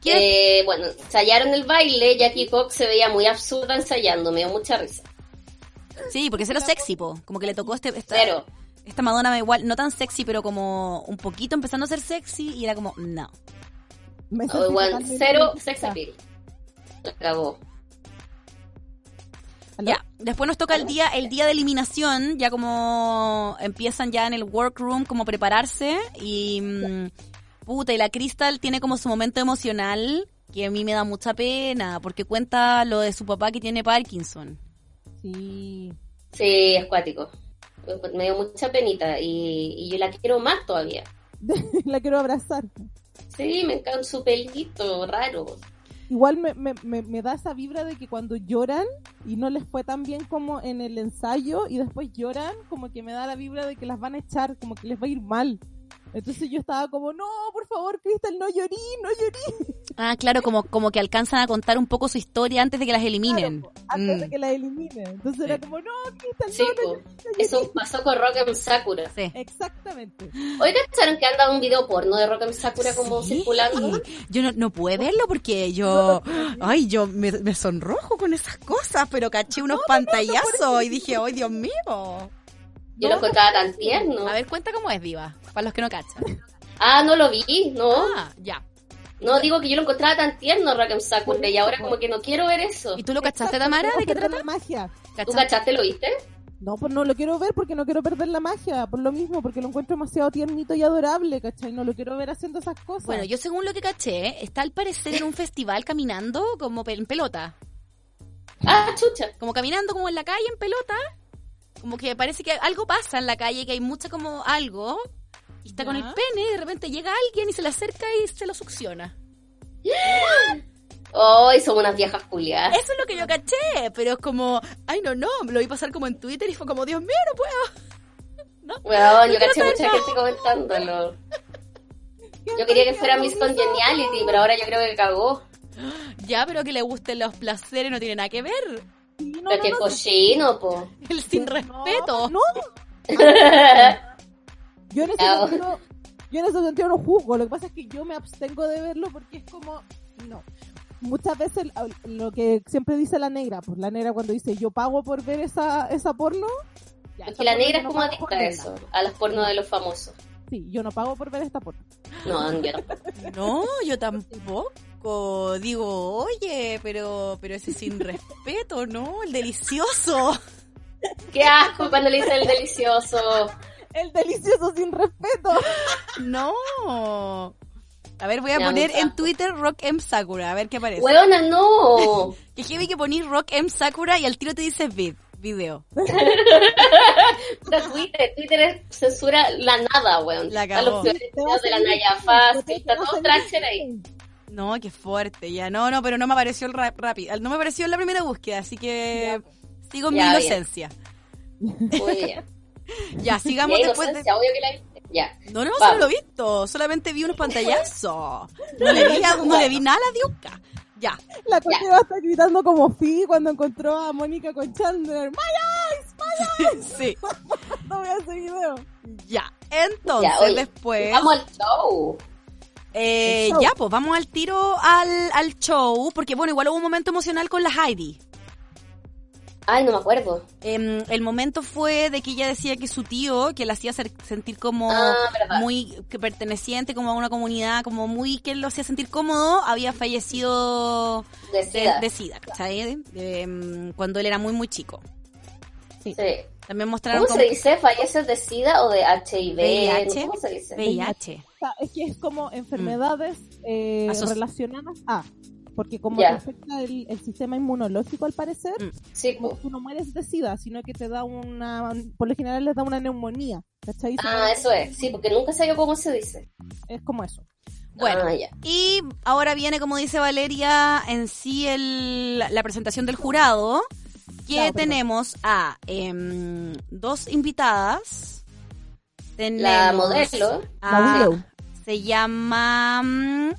S2: ¿Qué-
S3: Eh, bueno, ensayaron el baile. Jackie Cox se veía muy absurda ensayando, me dio mucha risa.
S2: Sí, porque cero sexy, po. Como que le tocó este, esta,
S3: Pero,
S2: esta Madonna igual, no tan sexy, pero como un poquito empezando a ser sexy y era como, no.
S4: Me
S3: oh,
S4: sentí
S3: bueno,
S4: totalmente
S3: cero
S4: lista.
S3: sex appeal. La cagó.
S4: ¿Aló?
S2: Ya, después nos toca el día, el día de eliminación, ya como empiezan ya en el workroom, como prepararse y mm, puta, y la Crystal tiene como su momento emocional que a mí me da mucha pena porque cuenta lo de su papá que tiene Parkinson.
S4: Sí.
S3: Sí, es cuático. Me dio mucha penita y, y yo la quiero más todavía.
S4: la quiero abrazar.
S3: Sí, me encanta su pelito raro.
S4: Igual me, me, me, me da esa vibra de que cuando lloran y no les fue tan bien como en el ensayo y después lloran, como que me da la vibra de que las van a echar, como que les va a ir mal. Entonces yo estaba como, no, por favor, Crystal, no llorí, no llorí.
S2: Ah, claro, como como que alcanzan a contar un poco su historia antes de que las eliminen.
S4: Claro, antes
S2: Mm,
S4: de que la eliminen. Entonces era como, no, Crystal,
S3: Sí,
S4: no, no
S3: po.
S4: llorí, no llorí".
S3: Eso pasó con Rock and Sakura.
S2: sí.
S4: Exactamente.
S3: Hoy cacharon que anda un video porno de Rock and Sakura como
S2: Sí.
S3: circulando.
S2: Yo no, no pude verlo porque yo, ay, yo me, me sonrojo con esas cosas, pero caché unos pantallazos y dije, ay, Dios mío.
S3: Yo
S4: No,
S3: lo encontraba tan tierno.
S2: A ver, cuenta cómo es Diva, para los que no cachan.
S3: Ah, no lo vi, no.
S2: Ah, ya.
S3: No, digo que yo lo encontraba tan tierno Rock and Sakura y ahora como que no quiero ver eso.
S2: ¿Y tú lo cachaste, Tamara? ¿De qué
S4: Pero
S2: trata?
S4: la magia.
S3: ¿Tú
S2: ¿Cachaste?
S3: cachaste, lo viste?
S4: No, pues no lo quiero ver porque no quiero perder la magia, por lo mismo, porque lo encuentro demasiado tiernito y adorable, ¿cachai? No lo quiero ver haciendo esas cosas.
S2: Bueno, yo según lo que caché, está al parecer en un festival caminando como pe- en pelota.
S3: Ah, chucha.
S2: Como caminando como en la calle en pelota. Como que parece que algo pasa en la calle, que hay mucha como algo. Y está con el
S4: Ya.
S2: pene y de repente llega alguien y se le acerca y se lo succiona.
S3: Oh, y son unas viejas culiadas.
S2: Eso es lo que yo caché, pero es como, ay no, no, me lo vi pasar como en Twitter y fue como, Dios mío, no puedo.
S4: ¿Eh?
S3: Weón, yo
S2: Yo
S3: caché mucha
S2: tampoco.
S3: gente comentándolo.
S4: ¿Qué
S3: Yo quería que
S4: onda,
S3: fuera
S4: qué
S3: Miss
S4: bonito?
S3: Congeniality, pero ahora yo creo que cagó.
S2: Ya, pero que le gusten los placeres no tiene nada que ver.
S4: Sí, no,
S3: Pero
S4: no,
S3: que
S4: no,
S3: cochino, po.
S2: El sin
S4: no,
S2: respeto.
S4: No. Yo en ese
S3: Chao.
S4: sentido, yo en ese sentido no juzgo, lo que pasa es que yo me abstengo de verlo porque es como, no. Muchas veces lo que siempre dice la negra, pues la negra cuando dice yo pago por ver esa, esa porno. ya,
S3: Es que
S4: esa
S3: la
S4: porno
S3: negra
S4: yo
S3: es
S4: no
S3: como
S4: pago
S3: adicta
S4: por
S3: a
S4: verla.
S3: eso, a los pornos de los famosos.
S4: Sí, yo no pago por ver esta porno.
S3: No, yo tampoco.
S2: No, yo tampoco. Digo, oye, pero, pero ese sin respeto, ¿no? El delicioso.
S3: Qué asco cuando le dicen el delicioso.
S4: El delicioso sin respeto.
S2: No. A ver, voy a
S3: Me da
S2: poner
S3: mucho
S2: en
S3: asco.
S2: Twitter Rock M Sakura, a ver qué aparece.
S3: Weona, no.
S2: Que heavy que ponís Rock M Sakura y al tiro te dice vid, video.
S3: Puta, Twitter, Twitter censura la nada, weón.
S2: La
S3: Están
S2: cagó.
S3: los peores videos de la Naya Fácil, está todo trasher ahí.
S2: No, qué fuerte, ya. No, no, pero no me apareció el rap rápido. No me apareció en la primera búsqueda, así que sigo en
S3: pues.
S2: mi
S3: Ya, bien.
S2: inocencia.
S3: Muy bien.
S2: Ya, sigamos
S3: Ya,
S2: después de...
S3: inocencia, obvio que la viste. Ya.
S2: No, no,
S3: Vamos.
S2: solo lo he visto. Solamente vi unos pantallazos. No le vi, a- no le vi nada a la diuca. Ya.
S4: La Conchi va a estar gritando como Fi cuando encontró a Mónica con Chandler.
S2: Sí.
S4: No veo ese video.
S2: Ya. Entonces,
S3: Ya, oye,
S2: después.
S3: Vamos al show.
S2: eh,
S4: al show.
S2: ya, pues vamos al tiro al, al show. Porque, bueno, igual hubo un momento emocional con la Heidi.
S3: Ay, no me acuerdo.
S2: Em, el momento fue de que ella decía que su tío, que la hacía ser- sentir como
S3: Ah, verdad.
S2: muy que perteneciente como a una comunidad, como muy que lo hacía sentir cómodo, había fallecido
S3: De
S2: de,
S3: seda.
S2: de SIDA, ¿cachai? Em, cuando él era muy, muy chico.
S3: Sí.
S2: También mostraron
S3: ¿Cómo
S2: como
S3: se dice? ¿Falleces de SIDA o de HIV?
S2: VIH.
S3: ¿Cómo se dice?
S2: VIH.
S4: O sea, es que es como enfermedades eh,
S2: Mm. Asoci-
S4: relacionadas a. Porque como
S3: Ya.
S4: te afecta el, el sistema inmunológico al parecer,
S3: Sí,
S4: como
S3: po.
S4: tú no mueres de sida, sino que te da una. Por lo general les da una neumonía. ¿Cachai?
S3: Ah, eso es. Sí, porque nunca sabía cómo se dice.
S4: Es como eso.
S2: Bueno,
S3: Ah, ya.
S2: y ahora viene, como dice Valeria, en sí el, la presentación del jurado, que
S4: Claro, perdón.
S2: tenemos a em, dos invitadas.
S3: La
S2: Tenemos
S3: modelo.
S2: a-
S4: La Willow.
S2: Se llama... mm,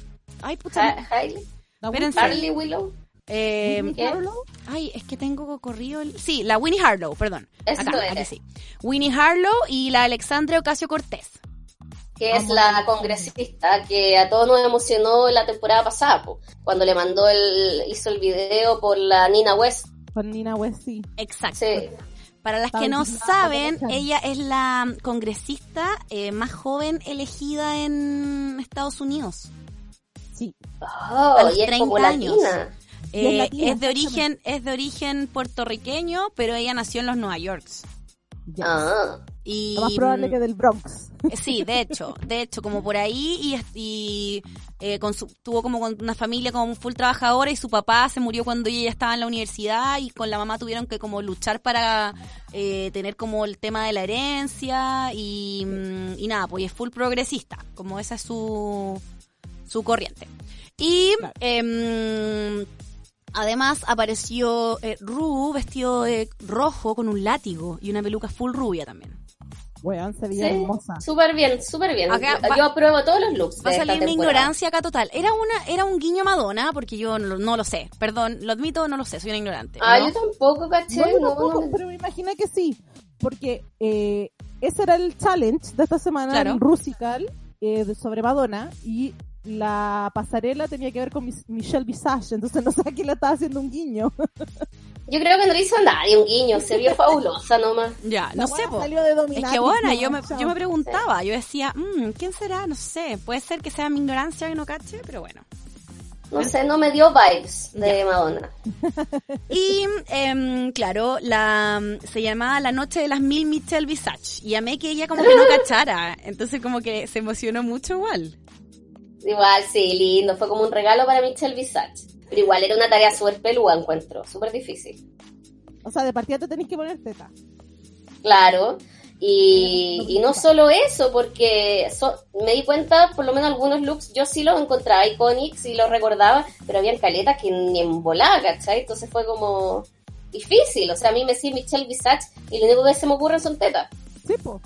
S2: Ay, puta.
S3: Ha- Hailey-
S4: La
S2: Espérense.
S3: Harley Willow.
S2: em,
S4: Winnie
S3: ¿qué?
S4: Harlow.
S2: Ay, es que tengo corrido el... Sí, la Winnie Harlow, perdón.
S3: Eso
S2: Acá,
S3: era.
S2: aquí sí. Winnie Harlow y la Alexandra Ocasio Cortés.
S3: que es la congresista que a todos nos emocionó la temporada pasada, po, cuando le mandó el, hizo el video por la Nina West.
S4: Con Nina West, sí.
S2: Exacto.
S3: Sí,
S2: Para las que no
S4: Paulina
S2: saben,
S4: Alexander.
S2: ella es la congresista eh, más joven elegida en Estados Unidos.
S4: Sí.
S3: Oh,
S2: A los
S3: y es como
S2: 30 años.
S3: latina.
S4: Y es
S2: Eh,
S4: latina,
S2: es de origen es de origen puertorriqueño, pero ella nació en los Nueva York.
S4: Ya.
S3: Ah,
S2: Y
S4: Lo más probable que del Bronx.
S2: Eh, Sí, de hecho, de hecho, como por ahí y, y, eh, con su- tuvo como con una familia como full trabajadora y su papá se murió cuando ella ya estaba en la universidad y con la mamá tuvieron que como luchar para eh, tener como el tema de la herencia y, mm, y nada, pues y es full progresista, como esa es su, su corriente. Y
S4: Claro.
S2: em, además apareció eh, Ru vestido de rojo con un látigo y una peluca full rubia también.
S4: Weón,
S3: sí,
S4: se veía hermosa.
S3: súper bien, súper bien.
S2: Acá
S3: yo,
S2: va-
S3: yo apruebo todos los looks.
S2: Va a
S3: de
S2: salir
S3: esta temporada.
S2: mi ignorancia acá total. Era una, era un guiño a Madonna, porque yo no, no lo sé. Perdón, lo admito, no lo sé, soy una ignorante.
S3: Ah,
S2: ¿no?
S3: yo tampoco, caché.
S4: No, yo
S3: no,
S4: tampoco,
S3: no.
S4: pero me imagino que sí. Porque eh, ese era el challenge de esta semana
S2: Claro.
S4: en Rusical eh, de- sobre Madonna y la pasarela tenía que ver con Mis- Michelle Visage, entonces no sé a quién le estaba haciendo un guiño.
S3: Yo creo que no le hizo a nadie un guiño, se vio fabulosa nomás.
S2: Ya, no
S4: La
S2: sé,
S4: weá
S2: po.
S4: salió de
S2: Es
S4: dominatrix,
S2: que bueno,
S4: no,
S2: yo me,
S4: chao.
S2: yo me preguntaba, yo decía, mm, ¿quién será? No sé, puede ser que sea mi ignorancia que no cache, pero bueno.
S3: No sé, no me dio vibes de Madonna.
S2: Y em, claro, la se llamaba La Noche de las Mil Michelle Visage. Y amé que ella como que no cachara. Entonces como que se emocionó mucho igual.
S3: Igual, sí, lindo. Fue como un regalo para Michelle Visage. Pero igual era una tarea súper peluda, encuentro. Súper difícil.
S4: O sea, de partida te tenés que poner teta.
S3: Claro. Y, y no solo eso, porque so- me di cuenta, por lo menos algunos looks, yo sí los encontraba icónicos y los recordaba, pero había caletas que ni en volada, ¿cachai? Entonces fue como difícil. O sea, a mí me sigue Michelle Visage y lo único que se me ocurre son tetas.
S4: Sí, po.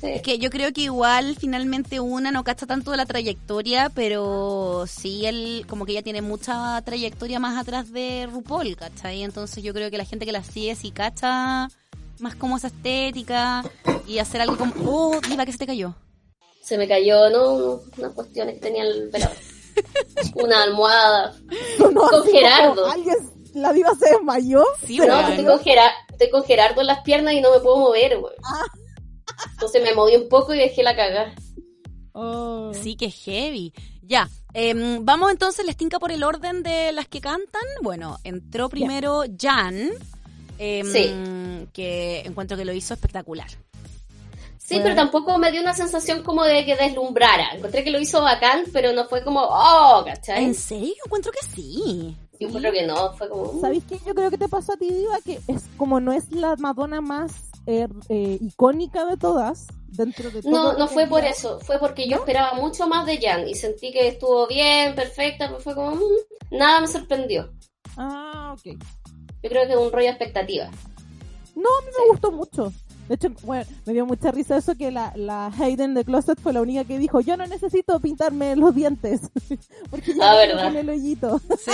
S3: Sí.
S2: Es que yo creo que igual finalmente una no cacha tanto de la trayectoria, pero sí él como que ella tiene mucha trayectoria más atrás de RuPaul, ¿cachai? Entonces yo creo que la gente que la sigue sí cacha más como esa estética y hacer algo como, oh, diva que se te cayó.
S3: Se me cayó, ¿no? Unas cuestiones que tenía el velador. Una almohada.
S4: Sonó
S3: Con
S4: así como,
S3: Gerardo.
S4: Alguien, la diva se desmayó.
S2: Sí,
S3: No, pues
S2: weón.
S3: estoy con, Gera- estoy con Gerardo en las piernas y no me puedo mover, güey. Entonces me moví un poco y dejé la cagada.
S4: Oh.
S2: Sí, que heavy. Ya, em, vamos entonces, les tinca por el orden de las que cantan. Bueno, entró primero Jan, em,
S3: Sí.
S2: que encuentro que lo hizo espectacular.
S3: Sí, pero tampoco me dio una sensación como de que deslumbrara. Encontré que lo hizo bacán, pero no fue como, oh, ¿cachai?
S2: ¿En serio? Yo encuentro que sí.
S3: Yo creo que no, fue como... "Mm".
S4: ¿Sabéis qué? Yo creo que te pasó a ti, Diva, que es como no es la Madonna más eh, eh, icónica de todas dentro de
S3: No,
S4: todo
S3: no fue
S4: el-
S3: por eso, fue porque yo esperaba mucho más de Jan y sentí que estuvo bien, perfecta, pero fue como... "Mm". Nada me sorprendió.
S4: Ah, ok.
S3: Yo creo que es un rollo de expectativa.
S4: No, a mí me gustó mucho. De hecho, bueno, me dio mucha risa eso que la, la Hayden de Closet fue la única que dijo, yo no necesito pintarme los dientes. Porque
S3: Ah,
S4: ya
S3: ¿verdad? Ah.
S4: con el hoyito.
S2: Sí.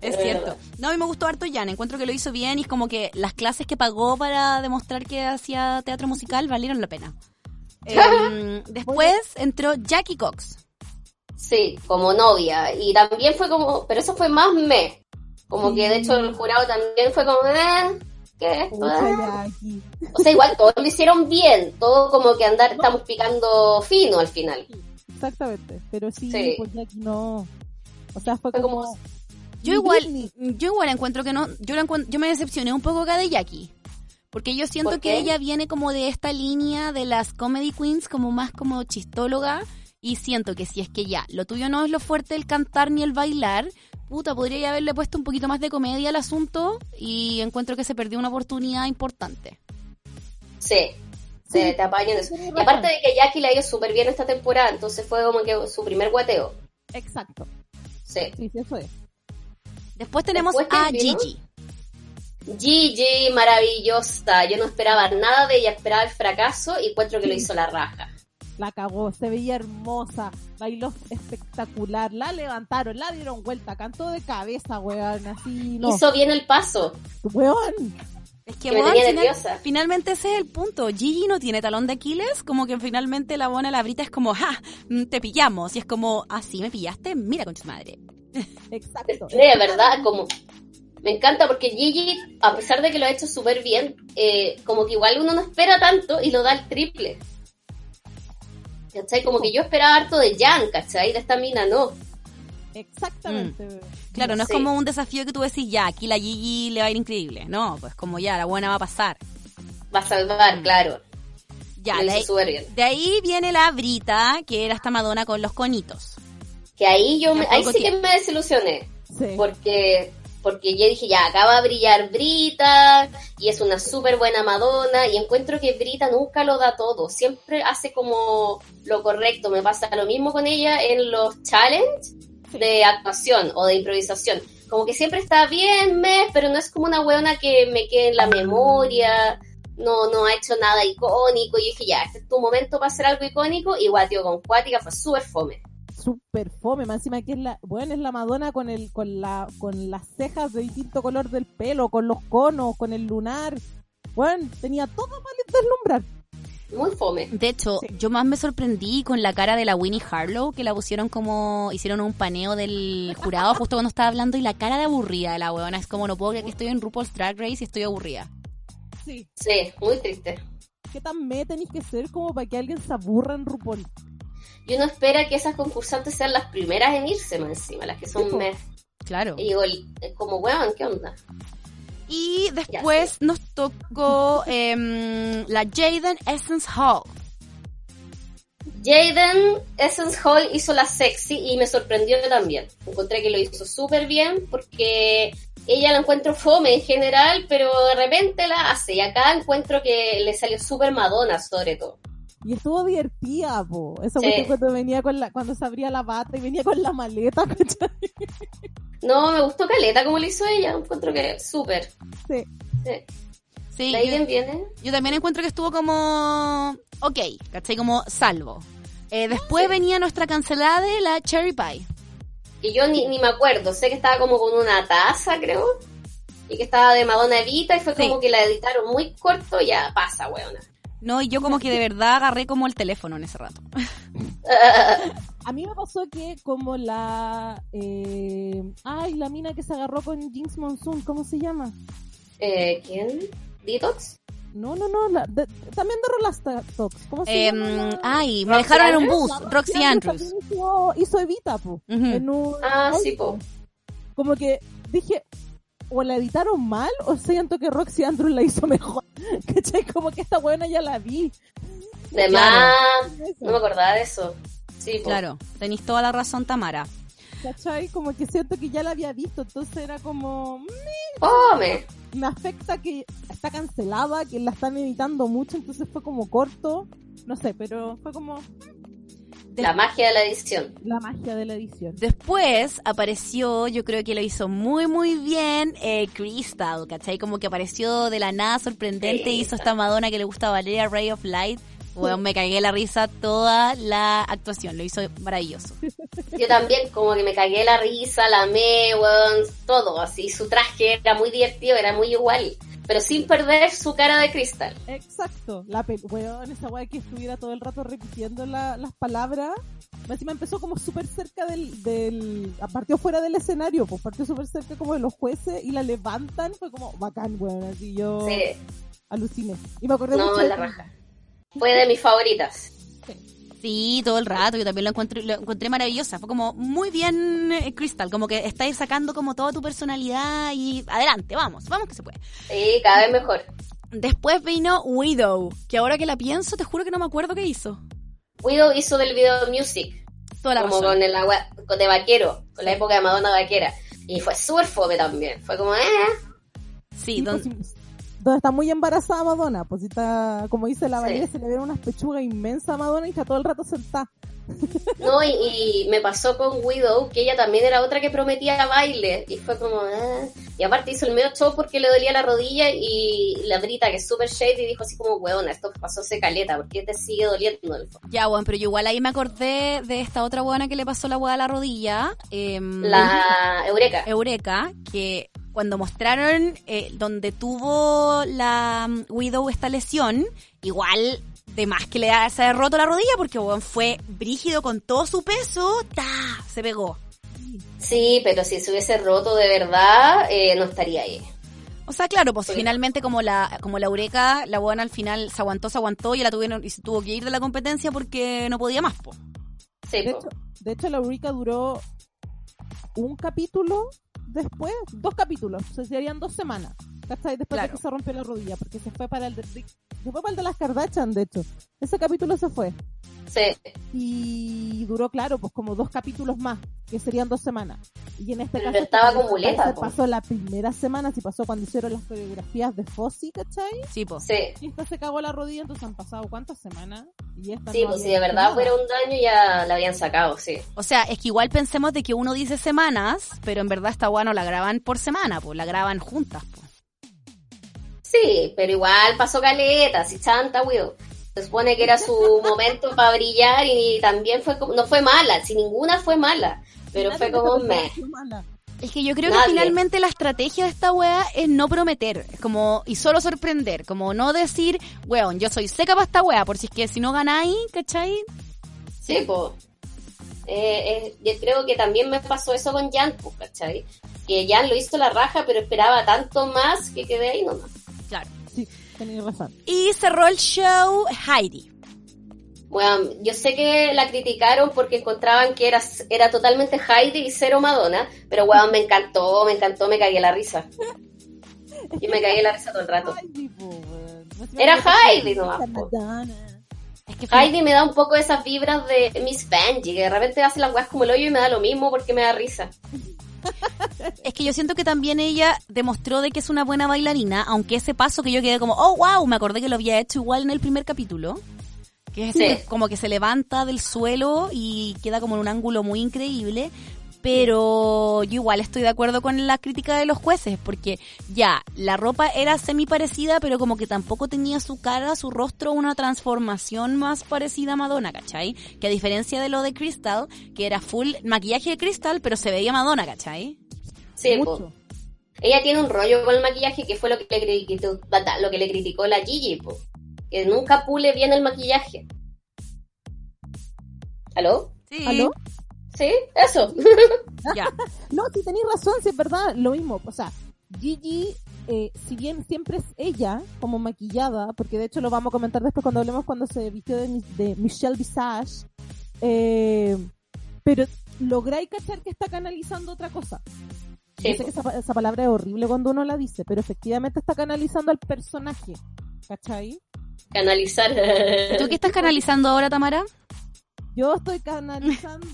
S2: Es cierto. No, a mí me gustó harto Jan. Encuentro que lo hizo bien y es como que las clases que pagó para demostrar que hacía teatro musical valieron la pena. Em, después entró Jackie Cox.
S3: Sí, como novia. Y también fue como, pero eso fue más me. Como que de hecho el jurado también fue como, eh, ¿qué es esto?
S4: Pucha,
S3: eh?".
S4: ya, aquí.
S3: O sea, igual todos lo hicieron bien. Todo como que andar, estamos picando fino al final.
S4: Exactamente. Pero sí,
S3: Sí.
S4: pues ya aquí no. O sea, fue
S3: Fue como-
S4: como...
S2: Yo
S4: ni
S2: igual,
S4: Britney.
S2: yo igual encuentro que no, yo, la encuent- yo me decepcioné un poco acá de Jackie. Porque yo siento
S3: ¿Por
S2: que
S3: qué?
S2: ella viene como de esta línea de las comedy queens, como más como chistóloga. Y siento que si es que ya, lo tuyo no es lo fuerte el cantar ni el bailar, puta, podría haberle puesto un poquito más de comedia al asunto y encuentro que se perdió una oportunidad importante.
S3: Sí. Te, te apañan eso. Y
S4: tenés razón.
S3: aparte de que Jackie le ha ido súper bien esta temporada, entonces fue como que su primer guateo.
S4: Exacto.
S3: Sí.
S4: Sí, sí, eso es.
S2: Después tenemos
S3: Después
S2: a
S3: terminó.
S2: Gigi.
S3: Gigi, maravillosa. Yo no esperaba nada de ella, esperaba el fracaso y encuentro que lo hizo la raja.
S4: La cagó, se veía hermosa, bailó espectacular, la levantaron, la dieron vuelta, cantó de cabeza, weón, así, no.
S3: Hizo bien el paso.
S4: Weón,
S2: Es
S3: que me
S2: weón,
S3: tenía nerviosa.
S2: finalmente ese es el punto. Gigi no tiene talón de Aquiles, como que finalmente la buena la brita es como, ja, mm, te pillamos. Y es como, así me pillaste, mira con tu madre.
S4: exacto.
S3: de ¿verdad? Como, me encanta porque Gigi, a pesar de que lo ha hecho súper bien, eh, como que igual uno no espera tanto y lo da el triple. ¿Cachai? Como que yo esperaba harto de Jan, ¿cachai? De esta mina, no.
S4: Exactamente. weón.
S2: Claro, no es
S3: Sí.
S2: como un desafío que tú decís, ya, aquí la Gigi le va a ir increíble. No, pues como ya, la buena va a pasar.
S3: Va a salvar, claro.
S2: Ya,
S3: lo
S2: de
S3: hizo
S2: ahí,
S3: súper bien.
S2: de ahí viene la brita, que era esta Madonna con los conitos.
S3: Que ahí yo, me- ahí
S2: Tampoco
S3: sí que
S2: tiene-
S3: me desilusioné.
S4: Sí.
S3: Porque, porque yo dije, ya, acaba de brillar Brita, y es una súper buena Madonna, y encuentro que Brita nunca lo da todo, siempre hace como lo correcto, me pasa lo mismo con ella en los challenge de actuación o de improvisación. Como que siempre está bien, mes, pero no es como una weona que me quede en la memoria, no, no ha hecho nada icónico, y yo dije, ya, este es tu momento para hacer algo icónico, y guatio con Cuática fue súper fome.
S4: Super fome, más encima que es la, bueno, es la Madonna con el, con la, con las cejas de distinto color del pelo, con los conos, con el lunar. Bueno, tenía todo para deslumbrar.
S3: Muy fome.
S2: De hecho,
S4: Sí.
S2: yo más me sorprendí con la cara de la Winnie Harlow, que la pusieron como, hicieron un paneo del jurado justo cuando estaba hablando y la cara de aburrida de la weona. Es como, no puedo creer que estoy en RuPaul's Drag Race y estoy aburrida.
S4: Sí.
S3: Sí, muy triste.
S4: ¿Qué tan me tenéis que ser como para que alguien se aburra en RuPaul?
S3: y uno espera que esas concursantes sean las primeras en irse más encima, las que
S4: Sí,
S3: son
S4: po.
S3: mes.
S2: Claro.
S3: Y digo, el- eh, como weón, ¿qué onda?
S2: Y después nos tocó em, la Jaden Essence Hall.
S3: Jaden Essence Hall hizo la sexy y me sorprendió también. Encontré que lo hizo súper bien porque ella la encuentro fome en general, pero de repente la hace. Y acá encuentro que le salió súper Madonna, sobre todo.
S4: Y estuvo divertida, po. Eso
S3: Sí.
S4: cuando venía con la, cuando se abría la bata y venía con la maleta, ¿cachai?
S3: No, me gustó Caleta como lo hizo ella. Encuentro que súper. Eh,
S4: Sí.
S3: Sí.
S2: Sí,
S3: La
S2: yo,
S3: Jaden viene.
S2: yo también encuentro que estuvo como. Ok, ¿cachai? Como salvo. Eh, después venía nuestra cancelada de la Cherry Pie.
S3: que yo ni, ni me acuerdo, sé que estaba como con una taza, creo, y que estaba de Madonna Evita, y fue como
S2: Sí.
S3: que la editaron muy corto, ya pasa, weona.
S2: No, y yo como que de verdad agarré como el teléfono en ese rato.
S4: A mí me pasó que como la... eh, ay, la mina que se agarró con Jinx Monsoon, ¿cómo se llama?
S3: Eh, ¿Quién? ¿Detox?
S4: No, no, no, la- de- también de Rolastox, ¿cómo se
S2: Em,
S4: llama? la-
S2: ay, me
S3: Roxy
S2: dejaron en un
S3: Andrews?
S2: bus.
S4: la
S2: Roxy Andrews. Mm.
S4: también Hizo, hizo Evita, po.
S2: Ujú.
S4: en un-
S3: Ah, sí, po.
S4: Como que dije, o la editaron mal, o siento que Roxy Andrews la hizo mejor. ¿Cachai? Como que esta buena ya la vi.
S3: De
S2: Claro.
S3: más,
S4: Eso,
S3: no me acordaba de eso. Sí, po.
S2: Claro, tenéis toda la razón, Tamara.
S4: ¿Cachai? Como que siento que ya la había visto, entonces era como... mm,
S3: Fome.
S4: me afecta que está cancelada, que la están editando mucho, entonces fue como corto. No sé, pero fue como
S3: La magia de la edición.
S4: la magia de la edición.
S2: Después apareció, yo creo que lo hizo muy muy bien, eh, Crystal, ¿cachai? Como que apareció de la nada sorprendente,
S3: Sí.
S2: hizo esta Madonna que le gusta a Valeria, Ray of Light. Bueno, me cagué la risa toda la actuación, lo hizo maravilloso.
S3: Yo también como que me cagué la risa, la amé, weón, todo, así. Su traje era muy divertido, era muy igual, pero sin perder su cara de cristal.
S4: Exacto. La pe- weón, esa weá que estuviera todo el rato repitiendo la- las palabras. Más Encima empezó como súper cerca del, del... ah, Partió fuera del escenario, pues partió súper cerca como de los jueces y la levantan. Fue como bacán, weón. Así yo
S2: Oh.
S3: Sí.
S4: aluciné. Y me acordé
S3: No,
S4: mucho de
S3: la raja. Fue de mis favoritas.
S2: Sí, todo el rato, yo también lo encontré, lo encontré maravillosa, fue como muy bien eh, Crystal, como que estáis sacando como toda tu personalidad y adelante, vamos, vamos que se puede.
S3: Sí, cada vez mejor.
S2: Después vino Widow, que ahora que la pienso, te juro que no me acuerdo qué hizo.
S3: Widow hizo del video music,
S2: Toda la
S3: como
S2: razón.
S3: con el agua con- de vaquero, con la época de Madonna vaquera. Y fue súper fome también. Fue como, eh,
S2: Sí,
S4: Sí,
S2: don-
S4: pues, sí, donde está muy embarazada Madonna, pues si está, como dice la
S3: Sí.
S4: Valeria, se le ven unas pechugas inmensas a Madonna y está todo el rato sentada.
S3: no, y, y me pasó con Widow, que ella también era otra que prometía baile. Y fue como, eh. Y aparte hizo el medio show porque le dolía la rodilla y la brita, que es súper shady, dijo así como, weona, esto que pasó se caleta, porque te sigue doliendo el fondo.
S2: Ya, bueno, pero yo igual ahí me acordé de esta otra buena que le pasó la hueá a la rodilla, em,
S3: La Eureka.
S2: Eureka, que cuando mostraron eh, donde tuvo la mm, Widow esta lesión, igual de más que le ha- se ha roto la rodilla porque bueno, fue brígido con todo su peso, ta, se pegó.
S3: Sí, pero si se hubiese roto de verdad, eh, no estaría ahí.
S2: O sea, claro, pues
S3: Sí.
S2: finalmente como la como la Eureka, la buena al final se aguantó, se aguantó y la tuvieron y se tuvo que ir de la competencia porque no podía más, po.
S3: Sí,
S4: De
S3: po.
S4: hecho, de hecho, la Eureka duró un capítulo después, dos capítulos, o sea, serían dos semanas. ¿cachai? Después
S2: Claro.
S4: de que se rompió la rodilla, porque se fue para el de, se fue para el de las Kardashian, de hecho. Ese capítulo se fue.
S3: sí.
S4: Y duró, claro, pues como dos capítulos más, que serían dos semanas. Y en este
S3: Pero
S4: caso.
S3: estaba
S4: como
S3: con muleta, pues.
S4: parece,
S3: po.
S4: Pasó la primera semana, si pasó cuando hicieron las coreografías de Fossi, ¿cachai?
S2: Sí, pues.
S3: sí.
S4: Y esta se cagó la rodilla, entonces han pasado cuántas semanas. Y esta
S3: Sí,
S4: no
S3: pues si
S4: había
S3: de
S4: hecho
S3: verdad
S4: nada.
S3: fuera un daño ya la habían sacado, sí.
S2: O sea, es que igual pensemos de que uno dice semanas, pero en verdad esta bueno la graban por semana, pues la graban juntas. po.
S3: Sí, pero igual pasó caleta, si chanta, weón. Se supone que era su momento para brillar y también fue como, no fue mala, si ninguna fue mala, pero
S4: Nadie
S3: fue
S4: dijo
S3: como
S4: que
S3: meh.
S4: fue mala.
S2: Es que yo creo que
S3: Nadie.
S2: finalmente la estrategia de esta wea es no prometer, es como y solo sorprender, como no decir, weón, yo soy seca para esta wea, por si es que si no ganáis, ¿cachai?
S3: Sí, pues. Eh, eh, yo creo que también me pasó eso con Jan, pues, ¿cachai? Que Jan lo hizo la raja, pero esperaba tanto más que quedé ahí nomás.
S2: Claro.
S4: Sí, tenéis razón.
S2: Y cerró el show Heidi.
S3: Bueno, yo sé que la criticaron porque encontraban que era, era totalmente Heidi y cero Madonna, pero weón, me encantó, me encantó, me cagué la risa. Yo me cagué la risa todo el rato.
S4: Heidi, po, pues, weón. No se me
S3: Era
S4: ocurre
S3: Heidi
S4: que
S3: nomás,
S4: sea
S3: po.
S4: Madonna.
S2: Es que
S3: Heidi me da un poco esas vibras de Miss Benji, que de repente hace las weas como el hoyo y me da lo mismo porque me da risa.
S2: Es que yo siento que también ella demostró de que es una buena bailarina, aunque ese paso que yo quedé como, oh, wow, me acordé que lo había hecho igual en el primer capítulo. Que es
S3: Sí.
S2: ese que como que se levanta del suelo y queda como en un ángulo muy increíble. Pero yo igual estoy de acuerdo con la crítica de los jueces, porque ya, la ropa era semi parecida, pero como que tampoco tenía su cara, su rostro, una transformación más parecida a Madonna, ¿cachai? Que a diferencia de lo de Crystal, que era full maquillaje de Crystal, pero se veía Madonna, ¿cachai?
S3: pues. Sí, po.
S4: Mucho.
S3: Ella tiene un rollo con el maquillaje que fue lo que le criticó, lo que le criticó la Gigi, po. que nunca pule bien el maquillaje. ¿Aló?
S2: Sí.
S4: ¿Aló?
S3: ¿Sí? Eso.
S2: Ya.
S4: No, si tenéis razón, si es verdad, lo mismo. O sea, Gigi, eh, si bien siempre es ella como maquillada, porque de hecho lo vamos a comentar después cuando hablemos cuando se vistió de, Mis- de Michelle Visage, eh, pero lográis cachar que está canalizando otra cosa.
S3: Sí,
S4: Yo sé que esa, pa- esa palabra es horrible cuando uno la dice, pero efectivamente está canalizando al personaje. ¿Cachai?
S3: Canalizar.
S2: ¿Tú qué estás canalizando ahora, Tamara?
S4: Yo estoy canalizando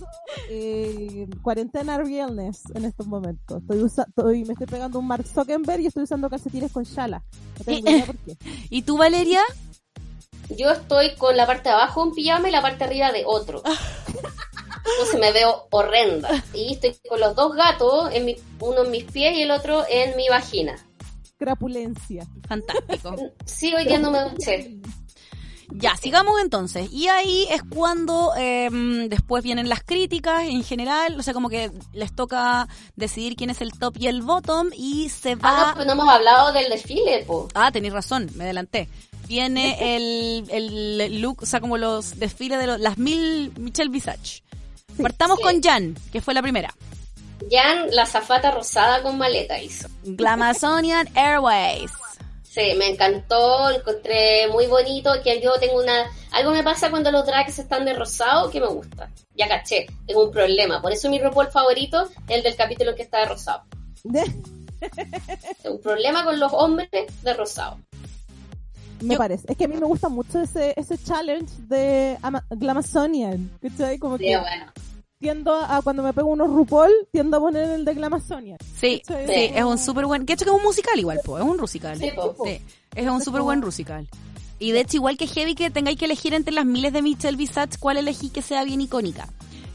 S4: eh, cuarentena realness en estos momentos. Estoy, usa- estoy- me estoy pegando un Mark Zuckerberg y estoy usando calcetines con Shala. No tengo idea por qué.
S2: ¿Y tú, Valeria?
S3: Yo estoy con la parte de abajo un pijama y la parte de arriba de otro. Entonces me veo horrenda. Y estoy con los dos gatos, en mi- uno en mis pies y el otro en mi vagina.
S4: Crapulencia.
S2: Fantástico.
S3: Sí, hoy día no me duché.
S2: Ya, sigamos entonces. Y ahí es cuando eh, después vienen las críticas en general, o sea, como que les toca decidir quién es el top y el bottom y se
S3: Ah, no,
S2: va...
S3: pues no hemos hablado del desfile, po.
S2: Ah, tenéis razón, me adelanté. Viene el, el look, o sea, como los desfiles de los- las mil Michelle Visage. Partamos
S3: Sí.
S2: con Jan, que fue la primera.
S3: Jan, la zafata rosada con maleta hizo.
S2: Glamazonian Airways.
S3: Sí, me encantó, lo encontré muy bonito, que yo tengo una... Algo me pasa cuando los drags están de rosado que me gusta. Ya caché, tengo un problema. Por eso mi RuPaul favorito es el del capítulo en que está de rosado. Tengo un problema con los hombres de rosado.
S4: me
S2: Yo-
S4: parece. Es que a mí me gusta mucho ese, ese challenge de Ama- Glamazonian. ¿Cachai? Como
S3: Sí,
S4: que
S3: bueno.
S4: tiendo a, a cuando me pego unos RuPaul, tiendo a poner el de Glamazonian.
S2: Sí, sí,
S4: Sí.
S2: es un súper buen. Que hecho que es un musical igual, po, es un musical.
S3: Sí, po.
S2: Sí, pues. es un súper buen musical. Y de hecho, igual que Heavy, que tengáis que elegir entre las miles de Michelle Visage, cuál elegí que sea bien icónica.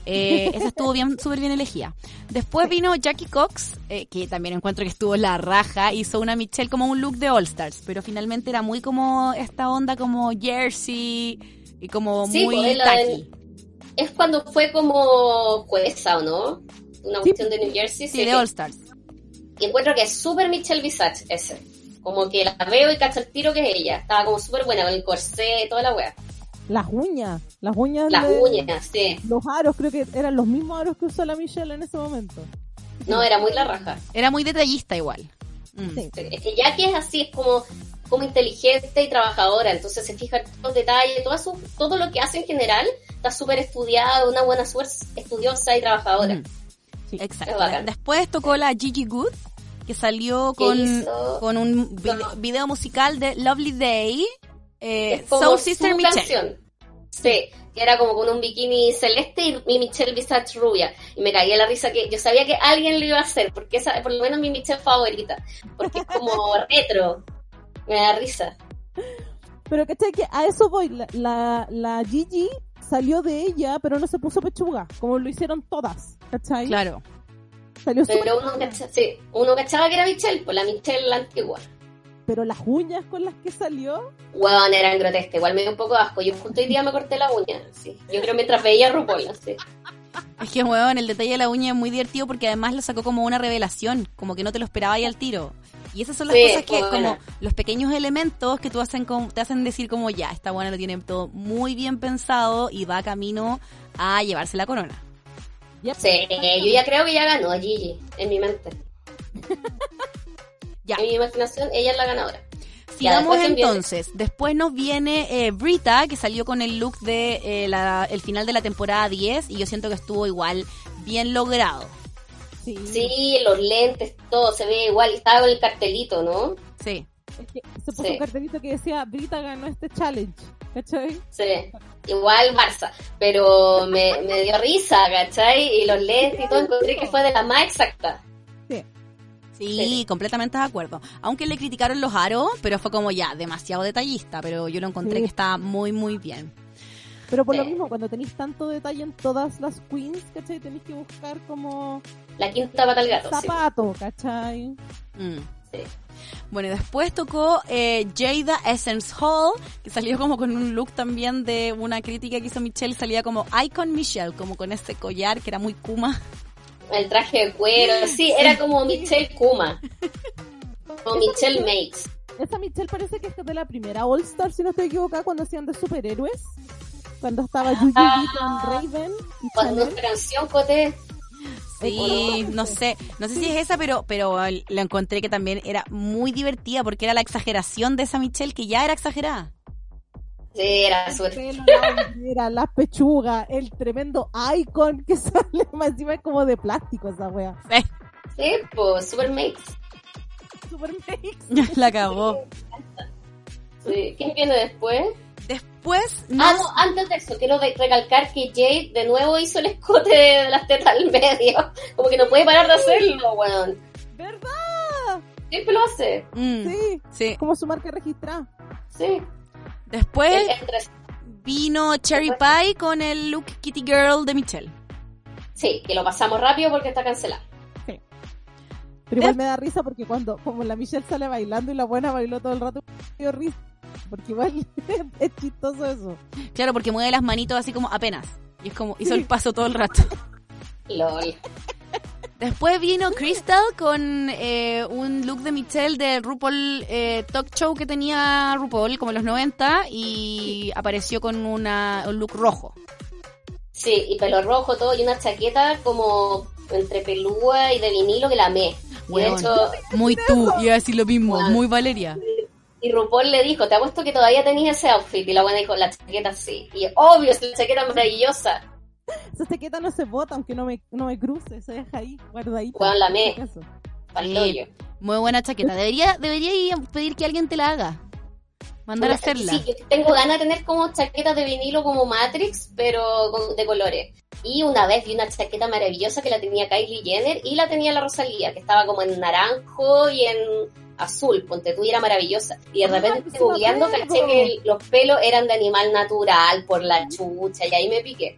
S2: Eh, esa estuvo bien, súper bien elegida. Después vino Jackie Cox, eh, que también encuentro que estuvo la raja, hizo una Michelle como un look de All Stars, pero finalmente era muy como esta onda como jersey y como
S3: Sí, po,
S2: muy
S3: es la del-
S2: tacky.
S3: Es cuando fue como jueza, ¿o no? Una
S4: Sí.
S3: cuestión de New Jersey.
S2: Sí, de
S3: que-
S2: All Stars.
S3: y encuentro que es súper Michelle Visage ese. Como que la veo y cacho el tiro que es ella. Estaba como súper buena con el corsé, toda la wea.
S4: Las uñas. Las uñas.
S3: Las
S4: de-
S3: uñas, sí.
S4: Los aros, creo que eran los mismos aros que usó la Michelle en ese momento.
S3: No, era muy la raja.
S2: Era muy detallista igual. Mm.
S4: Sí.
S3: Es que Jackie es así, es como, como inteligente y trabajadora, entonces se fija en todos los detalles, toda su- todo lo que hace en general está súper estudiado, una buena suerte estudiosa y trabajadora.
S2: Mm.
S4: Sí.
S3: Es
S2: Exacto.
S3: bacán.
S2: Después tocó la Gigi Good, que salió
S3: Que
S2: con,
S3: hizo-
S2: con un vide- video, musical de Lovely Day, eh,
S3: Es como
S2: Soul Sister
S3: su
S2: Michelle.
S3: canción. Sí, que era como con un bikini celeste y mi Michelle Visage rubia. Y me caía la risa que yo sabía que alguien lo iba a hacer, porque esa es por lo menos mi Michelle favorita, porque es como retro. Me da risa.
S4: Pero ¿cachai? que a eso voy. La, la, la Gigi salió de ella, pero no se puso pechuga, como lo hicieron todas. ¿Cachai?
S2: Claro.
S4: Salió súper-
S3: Pero uno, cacha- sí, uno cachaba que era Michelle, pues la Michelle antigua.
S4: pero las uñas con las que salió,
S3: Weón, eran grotescas. Igual me dio un poco de asco. Yo justo hoy día me corté la uña. Sí. Yo creo mientras veía RuPaul. Sí.
S2: Es que, weón, el detalle de la uña es muy divertido porque además lo sacó como una revelación, como que no te lo esperaba ahí al tiro. Y esas son las
S3: Sí,
S2: cosas que,
S3: bueno.
S2: como los pequeños elementos que tú hacen como- te hacen decir como, ya, esta buena lo tiene todo muy bien pensado y va camino a llevarse la corona.
S4: ya
S3: Sí, yo ya creo que ya ganó Gigi. En mi mente.
S2: Ya.
S3: En mi imaginación, ella es la ganadora.
S2: Sigamos
S3: después envió-
S2: entonces. Después nos viene eh, Brita, que salió con el look de eh, la- el final de la temporada 10 y yo siento que estuvo igual bien logrado.
S4: Sí.
S3: Sí, los lentes, todo se ve igual. Estaba con el cartelito, ¿no?
S2: Sí.
S4: Es que se puso
S3: Sí.
S4: un cartelito que decía, Brita ganó este challenge. ¿Cachai?
S3: Sí. Igual Barça. Pero me, me dio risa, ¿cachai? Y los lentes y todo. Encontré que fue de la más exacta.
S2: Sí,
S3: Sí.
S2: completamente de acuerdo. Aunque le criticaron los aros, pero fue como ya, demasiado detallista, pero yo lo encontré
S4: Sí.
S2: que estaba muy, muy bien.
S4: Pero por lo
S3: Sí.
S4: mismo, cuando tenéis tanto detalle en todas las queens, ¿cachai? Tenéis que buscar como
S3: La quinta pata al gato, sí.
S4: zapato, ¿cachai?
S2: Mm.
S3: Sí.
S2: Bueno, y después tocó eh, Jada Essence Hall, que salió como con un look también de una crítica que hizo Michelle, salía como Icon Michelle, como con ese collar que era muy Kuma.
S3: El traje de cuero. Sí, era como Michelle Kuma. Como Michelle Makes.
S4: Esa Michelle parece que es de la primera All Star, si no estoy equivocada, cuando hacían de superhéroes. Cuando estaba Yuji con Raven y
S3: Cuando
S4: Chanel.
S3: esta canción, Cote.
S2: Sí, no sé, no sé si es esa, pero pero eh, la encontré que también era muy divertida porque era la exageración de esa Michelle que ya era exagerada.
S3: Sí, era
S4: El
S3: súper.
S4: pelo, la bandera, las pechugas, el tremendo icon que sale más encima es como de plástico esa wea.
S2: Eh,
S3: Sí, pues, súper Makes.
S4: Super mix.
S2: la acabó.
S3: Sí. ¿Quién viene después?
S2: Después
S3: Ah,
S2: nos-
S3: no, antes de eso, quiero re- recalcar que Jade de nuevo hizo el escote de las tetas al medio. Como que no puede parar de hacerlo, weón.
S4: ¿Verdad?
S3: Siempre lo hace.
S2: Mm,
S4: Sí.
S2: sí.
S4: Como su marca registrada.
S3: Sí. El-
S2: Después
S3: entre-
S2: vino Cherry Pie con el look Kitty Girl de Michelle.
S3: Sí, que lo pasamos rápido porque está cancelado.
S4: Pero igual me da risa porque cuando, como la Michelle sale bailando y la buena bailó todo el rato, me dio risa. Porque igual es chistoso eso.
S2: Claro, porque mueve las manitos así como apenas. Y es como, hizo el paso todo el rato.
S3: LOL.
S2: Después vino Crystal con eh, un look de Michelle de RuPaul eh, Talk Show que tenía RuPaul como en los 90 y apareció con una, un look rojo.
S3: Sí, y pelo rojo todo y una chaqueta como entre pelúa y de vinilo que la amé. Y de
S2: Weón.
S3: hecho,
S2: Muy tú, iba a decir lo mismo, muy Valeria.
S3: y RuPaul le dijo, te apuesto que todavía tenías ese outfit. Y la buena dijo, la chaqueta sí. Y obvio, es la chaqueta maravillosa.
S4: Esa chaqueta no se bota, aunque no me, no me cruce, se deja ahí, este guardadita.
S3: Weón, la amé.
S4: Por si acaso.
S3: Pa'l
S2: Sí.
S3: hoyo.
S2: Muy buena chaqueta. Debería, debería ir a pedir que alguien te la haga. Mandar
S3: Bueno,
S2: a hacerla.
S3: Sí, yo tengo ganas de tener como chaquetas de vinilo como Matrix, pero con- de colores. Y una vez vi una chaqueta maravillosa que la tenía Kylie Jenner y la tenía la Rosalía, que estaba como en naranjo y en azul, ponte tú, y era maravillosa. Y de
S4: Ah,
S3: repente,
S4: sí me
S3: googleando,
S4: acuerdo.
S3: caché que el- los pelos eran de animal natural por la chucha, y ahí me piqué.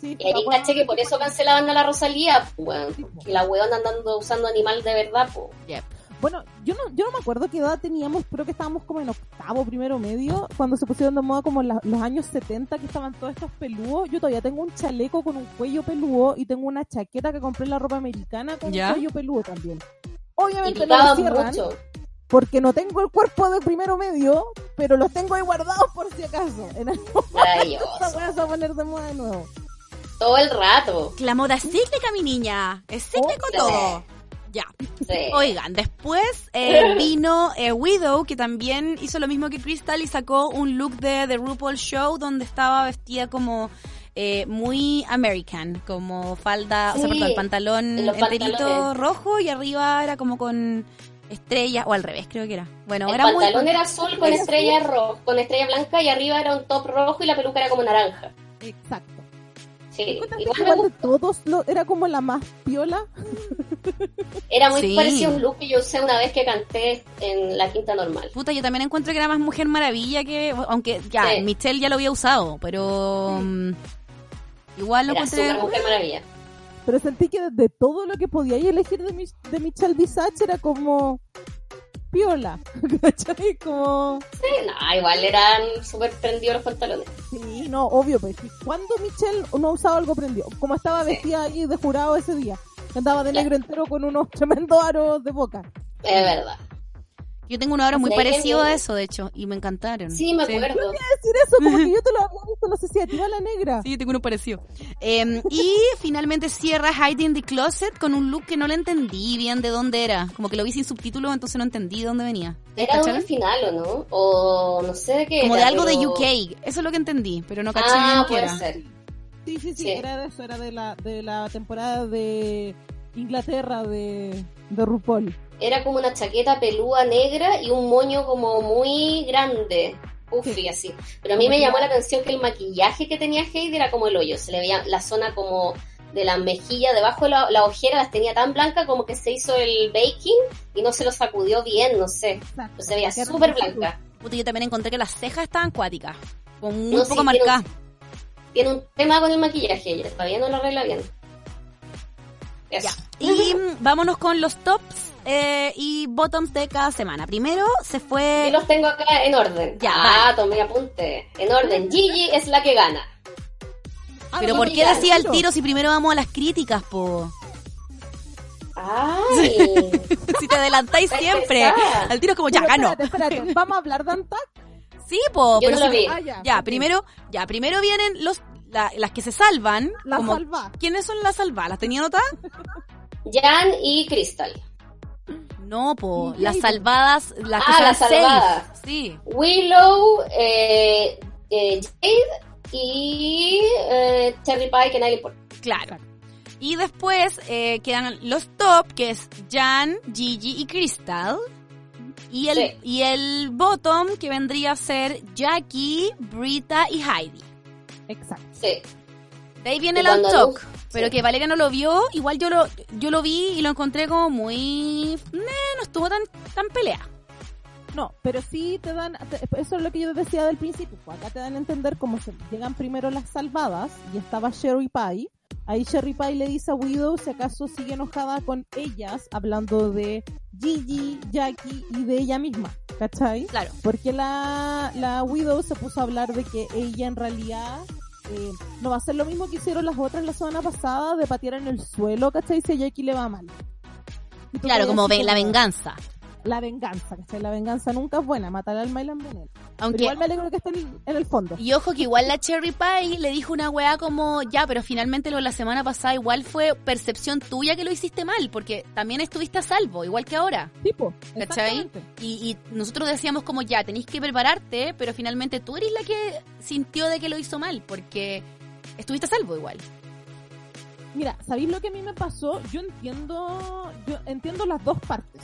S4: Sí,
S3: Y ahí
S4: la
S3: caché que
S4: weona-
S3: por eso cancelaban a la Rosalía, bueno, que la weona andando usando animal de verdad, pues.
S4: Bueno, yo no, yo no me acuerdo qué edad teníamos, creo que estábamos como en octavo, primero medio, cuando se pusieron de moda como en la- los años 70 que estaban todos estos peludos. Yo todavía tengo un chaleco con un cuello peludo y tengo una chaqueta que compré en la ropa americana con
S2: ¿Ya?
S4: un cuello peludo también.
S3: Y
S4: Obviamente no lo
S3: picaban
S4: cierran
S3: mucho.
S4: porque no tengo el cuerpo de primero medio, pero los tengo ahí guardados por si acaso. En algún
S3: Maravilloso.
S4: momento voy a poner de moda de nuevo.
S3: Todo el rato.
S2: La moda es cíclica, mi niña. Es cíclico
S3: Otra
S2: todo. Ya.
S3: Sí.
S2: Oigan, después eh, vino eh, Widow, que también hizo lo mismo que Crystal y sacó un look de The RuPaul Show donde estaba vestida como eh, muy American, como falda, o sea,
S3: Sí,
S2: perdón, pantalón
S3: los
S2: enterito
S3: pantalones.
S2: rojo y arriba era como con estrellas, o al revés creo que era. Bueno,
S3: El
S2: era
S3: pantalón
S2: muy...
S3: era azul con
S4: ¿Era
S3: estrella ro- con estrella blanca y arriba era un top rojo y la peluca era como naranja.
S4: Exacto.
S3: Sí,
S4: Encuentro que
S3: igual me
S4: igual
S3: gustó.
S4: de todos lo- era como la más piola.
S3: Era muy
S2: Sí.
S3: parecido a un look que yo usé una vez que canté en la quinta normal.
S2: Puta, yo también encuentro que era más Mujer Maravilla que... Aunque ya,
S3: Sí.
S2: Michelle ya lo había usado, pero... mm, Igual lo
S3: Era
S2: encontré...
S3: súper mujer maravilla.
S4: Pero sentí que de todo lo que podía yo elegir de, Mich- de Michelle Visage era como piola. ¿Cachai? Como.
S3: Sí, no, igual eran súper prendidos los pantalones.
S4: Sí, no, obvio, pues. ¿Cuándo Michelle no ha usado algo prendido? Como estaba vestida ahí de jurado ese día. que Andaba de negro entero con unos tremendos aros de boca.
S3: Es verdad.
S2: Que Yo tengo una obra muy
S3: Sí,
S2: parecida a
S3: bien.
S2: eso, de hehecho, y me encantaron.
S3: Sí, me
S2: Sí.
S3: acuerdo.
S4: decir eso como que yo te lo había visto en la sociedad la negra.
S2: Sí, tengo uno parecido. Eh, y finalmente cierra Hiding in the Closet con un look que no le entendí bien de dónde era. Como que lo vi sin subtítulos, entonces no entendí de dónde venía.
S3: Era de un
S2: ¿Cacharon?
S3: final, ¿o no? O no sé de qué
S2: Como de
S3: era,
S2: algo de
S3: pero-
S2: UK. Eso es lo que entendí, pero no caché
S3: Ah,
S2: bien
S3: puede
S2: qué era.
S3: ser.
S4: Sí, sí, sí,
S3: Sí.
S4: era de eso, era de la, de la temporada de Inglaterra de, de RuPaul.
S3: Era como una chaqueta pelúa negra y un moño como muy grande. Ufi, así. Pero a mí me llamó la atención que el maquillaje que tenía Heidi era como el hoyo. Se le veía la zona como de la mejilla, debajo de la, la ojera las tenía tan blanca como que se hizo el baking y no se lo sacudió bien, no sé.
S4: Exacto.
S3: Pero se veía
S4: Era
S3: súper
S4: como-
S3: blanca.
S2: Puta, yo también encontré que las cejas estaban cuáticas. Con un
S3: No, sí,
S2: poco
S3: tiene-
S2: marcadas.
S3: Tiene un tema con el maquillaje ella, todavía no lo arregla bien. Eso.
S2: Ya. Y mm, vámonos con los tops eh, y bottoms de cada semana. Primero se fue.
S3: Yo los tengo acá en orden.
S2: Ya,
S3: ah, tomé apunte. En orden. Gigi es la que gana.
S2: Pero
S4: Ah,
S3: no,
S2: ¿por
S3: no,
S2: qué
S3: ya,
S2: decía el
S4: tiro.
S2: tiro si primero vamos a las críticas, po?
S3: Ay.
S2: Si te adelantáis
S3: Está
S2: siempre.
S3: pesada.
S2: Al tiro es como ya
S4: Pero
S2: gano.
S4: Espérate, espérate, ¿vamos a hablar de Antac?
S2: Sí, po.
S3: Yo
S2: pero
S3: no lo
S2: si-
S3: vi.
S4: Ah, ya.
S2: Ya,
S4: ok.
S2: primero, ya, primero vienen los la- las que se salvan.
S4: La
S2: como-
S4: salva.
S2: ¿Quiénes son las salvadas? ¿Las tenía anotadas?
S3: Jan y Crystal.
S2: No, po.
S4: Sí,
S2: Las
S4: sí.
S2: salvadas, las que
S3: Ah,
S2: son
S3: las
S2: safe.
S3: salvadas.
S2: Sí.
S3: Willow, eh, eh, Jade y eh, Cherry Pie, que nadie le importa.
S2: Claro. Y después eh, quedan los top, que es Jan, Gigi y Crystal. Y el,
S3: Sí.
S2: y el bottom, que vendría a ser Jackie, Brita y Heidi.
S4: Exacto.
S3: Sí.
S2: De ahí viene
S3: Y
S2: el
S3: cuando
S2: on-top.
S3: luz,
S2: Pero
S3: sí.
S2: que Valeria no lo vio, igual yo lo, yo lo vi y lo encontré como muy... "Meh, no estuvo tan, tan pelea.
S4: No, pero sí te dan, te- eso es lo que yo decía del principio, pues acá te dan a entender cómo se llegan primero las salvadas y estaba Sherry Pie. Ahí Sherry Pie le dice a Widow si acaso sigue enojada con ellas, hablando de Gigi, Jackie y de ella misma, ¿cachai?
S2: Claro.
S4: Porque la, la Widow se puso a hablar de que ella en realidad eh, no va a hacer lo mismo que hicieron las otras la semana pasada de patear en el suelo, ¿cachai? Si a Jackie le va mal. Y tú
S2: Claro,
S4: quedas
S2: como
S4: así
S2: ve- la venganza.
S4: la venganza, ¿cachai? La venganza nunca es buena, matar al alma y la envenena. Pero
S2: Aunque...
S4: igual me alegro que esté en, en el fondo.
S2: Y ojo que igual la Cherry Pie le dijo una weá como, ya, pero finalmente lo de la semana pasada igual fue percepción tuya que lo hiciste mal, porque también estuviste a salvo, igual que ahora.
S4: Tipo,
S2: ¿Cachai? Y, y nosotros decíamos como, ya, tenéis que prepararte, pero finalmente tú eres la que sintió de que lo hizo mal, porque estuviste a salvo igual.
S4: Mira, ¿sabéis lo que a mí me pasó? Yo entiendo, yo entiendo las dos partes.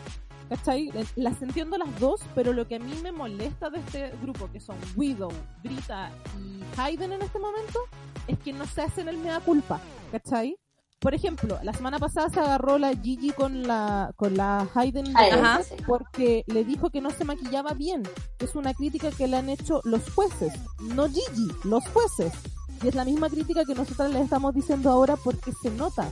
S4: ¿Cachai? Las entiendo las dos, pero lo que a mí me molesta de este grupo, que son Widow, Brita y Hayden en este momento, es que no se hacen el mea culpa. ¿Cachai? Por ejemplo, la semana pasada se agarró la Gigi con la, con la Hayden de
S3: Ay,
S2: Ajá.
S3: sí.
S4: porque le dijo que no se maquillaba bien. Es una crítica que le han hecho los jueces, no Gigi, los jueces. Y es la misma crítica que nosotros le estamos diciendo ahora porque se nota.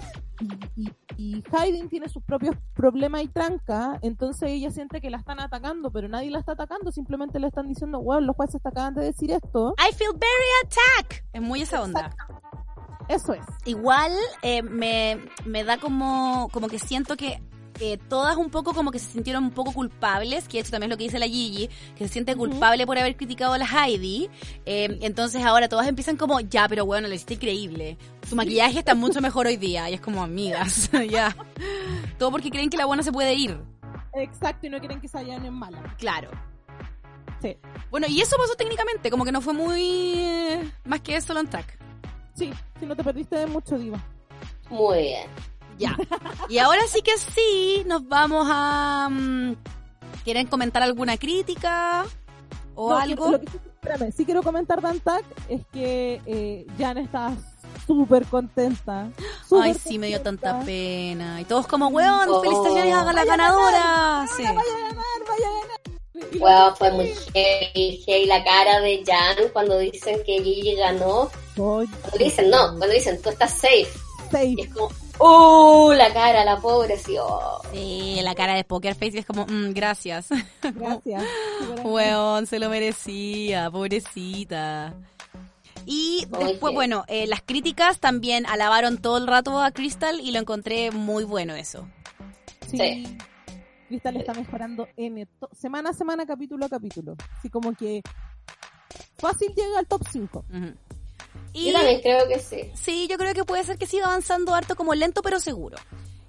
S4: Y, y, y Hayden tiene sus propios problemas y tranca, entonces ella siente que la están atacando, pero nadie la está atacando, simplemente le están diciendo, wow, los jueces te acaban de decir esto.
S2: I feel very attacked. Es muy esa onda.
S4: Eso es.
S2: Igual eh, me, me da como, como que siento que eh, todas un poco como que se sintieron un poco culpables, que de hecho también es lo que dice la Gigi, que se siente culpable por haber criticado a la Heidi. Eh, entonces ahora todas empiezan como, ya, pero bueno, lo hiciste increíble. Su maquillaje está mucho mejor hoy día. Y es como, amigas, ya. Todo porque creen que la buena se puede ir.
S4: Exacto, y no quieren que se vayan en mala.
S2: Claro.
S4: Sí.
S2: Bueno, y eso pasó técnicamente, como que no fue muy... eh, más que eso, on track.
S4: Sí, si no te perdiste de mucho, Diva.
S3: Muy bien.
S2: Ya. Y ahora sí que sí, nos vamos a... mm, ¿Quieren comentar alguna crítica o
S4: No,
S2: algo?
S4: que- lo que sí- espérame, sí quiero comentar, Dantac, es que eh, Jan está súper contenta.
S2: Ay,
S4: súper
S2: sí, me dio
S4: contenta.
S2: tanta pena. Y todos como, weón,
S3: Oh.
S2: felicitaciones a la
S4: Vaya a
S2: ganadora. Sí.
S4: Vaya a ganar, vaya a ganar. Y la
S3: Wow,
S4: otra
S3: fue
S4: sí.
S3: muy heavy, heavy la cara de Jan cuando dicen que Gigi ganó.
S4: Soy
S3: Cuando dicen no, pues. cuando dicen tú estás safe. Y
S4: safe.
S3: es como, ¡uh! La cara, la pobre, así, oh.
S2: Sí, la cara de Poker Face es como, mm, gracias.
S4: Gracias. Súper
S2: Weón, se lo merecía, pobrecita. Y
S3: Oye.
S2: después, bueno, eh, las críticas también alabaron todo el rato a Crystal y lo encontré muy bueno eso.
S4: Sí.
S3: Sí.
S4: Cristal está mejorando en semana a semana, capítulo a capítulo. Así como que fácil llega al top 5.
S2: Ujú.
S3: Yo
S2: Y
S3: también creo que sí.
S2: sí, yo creo que puede ser que siga avanzando harto como lento pero seguro.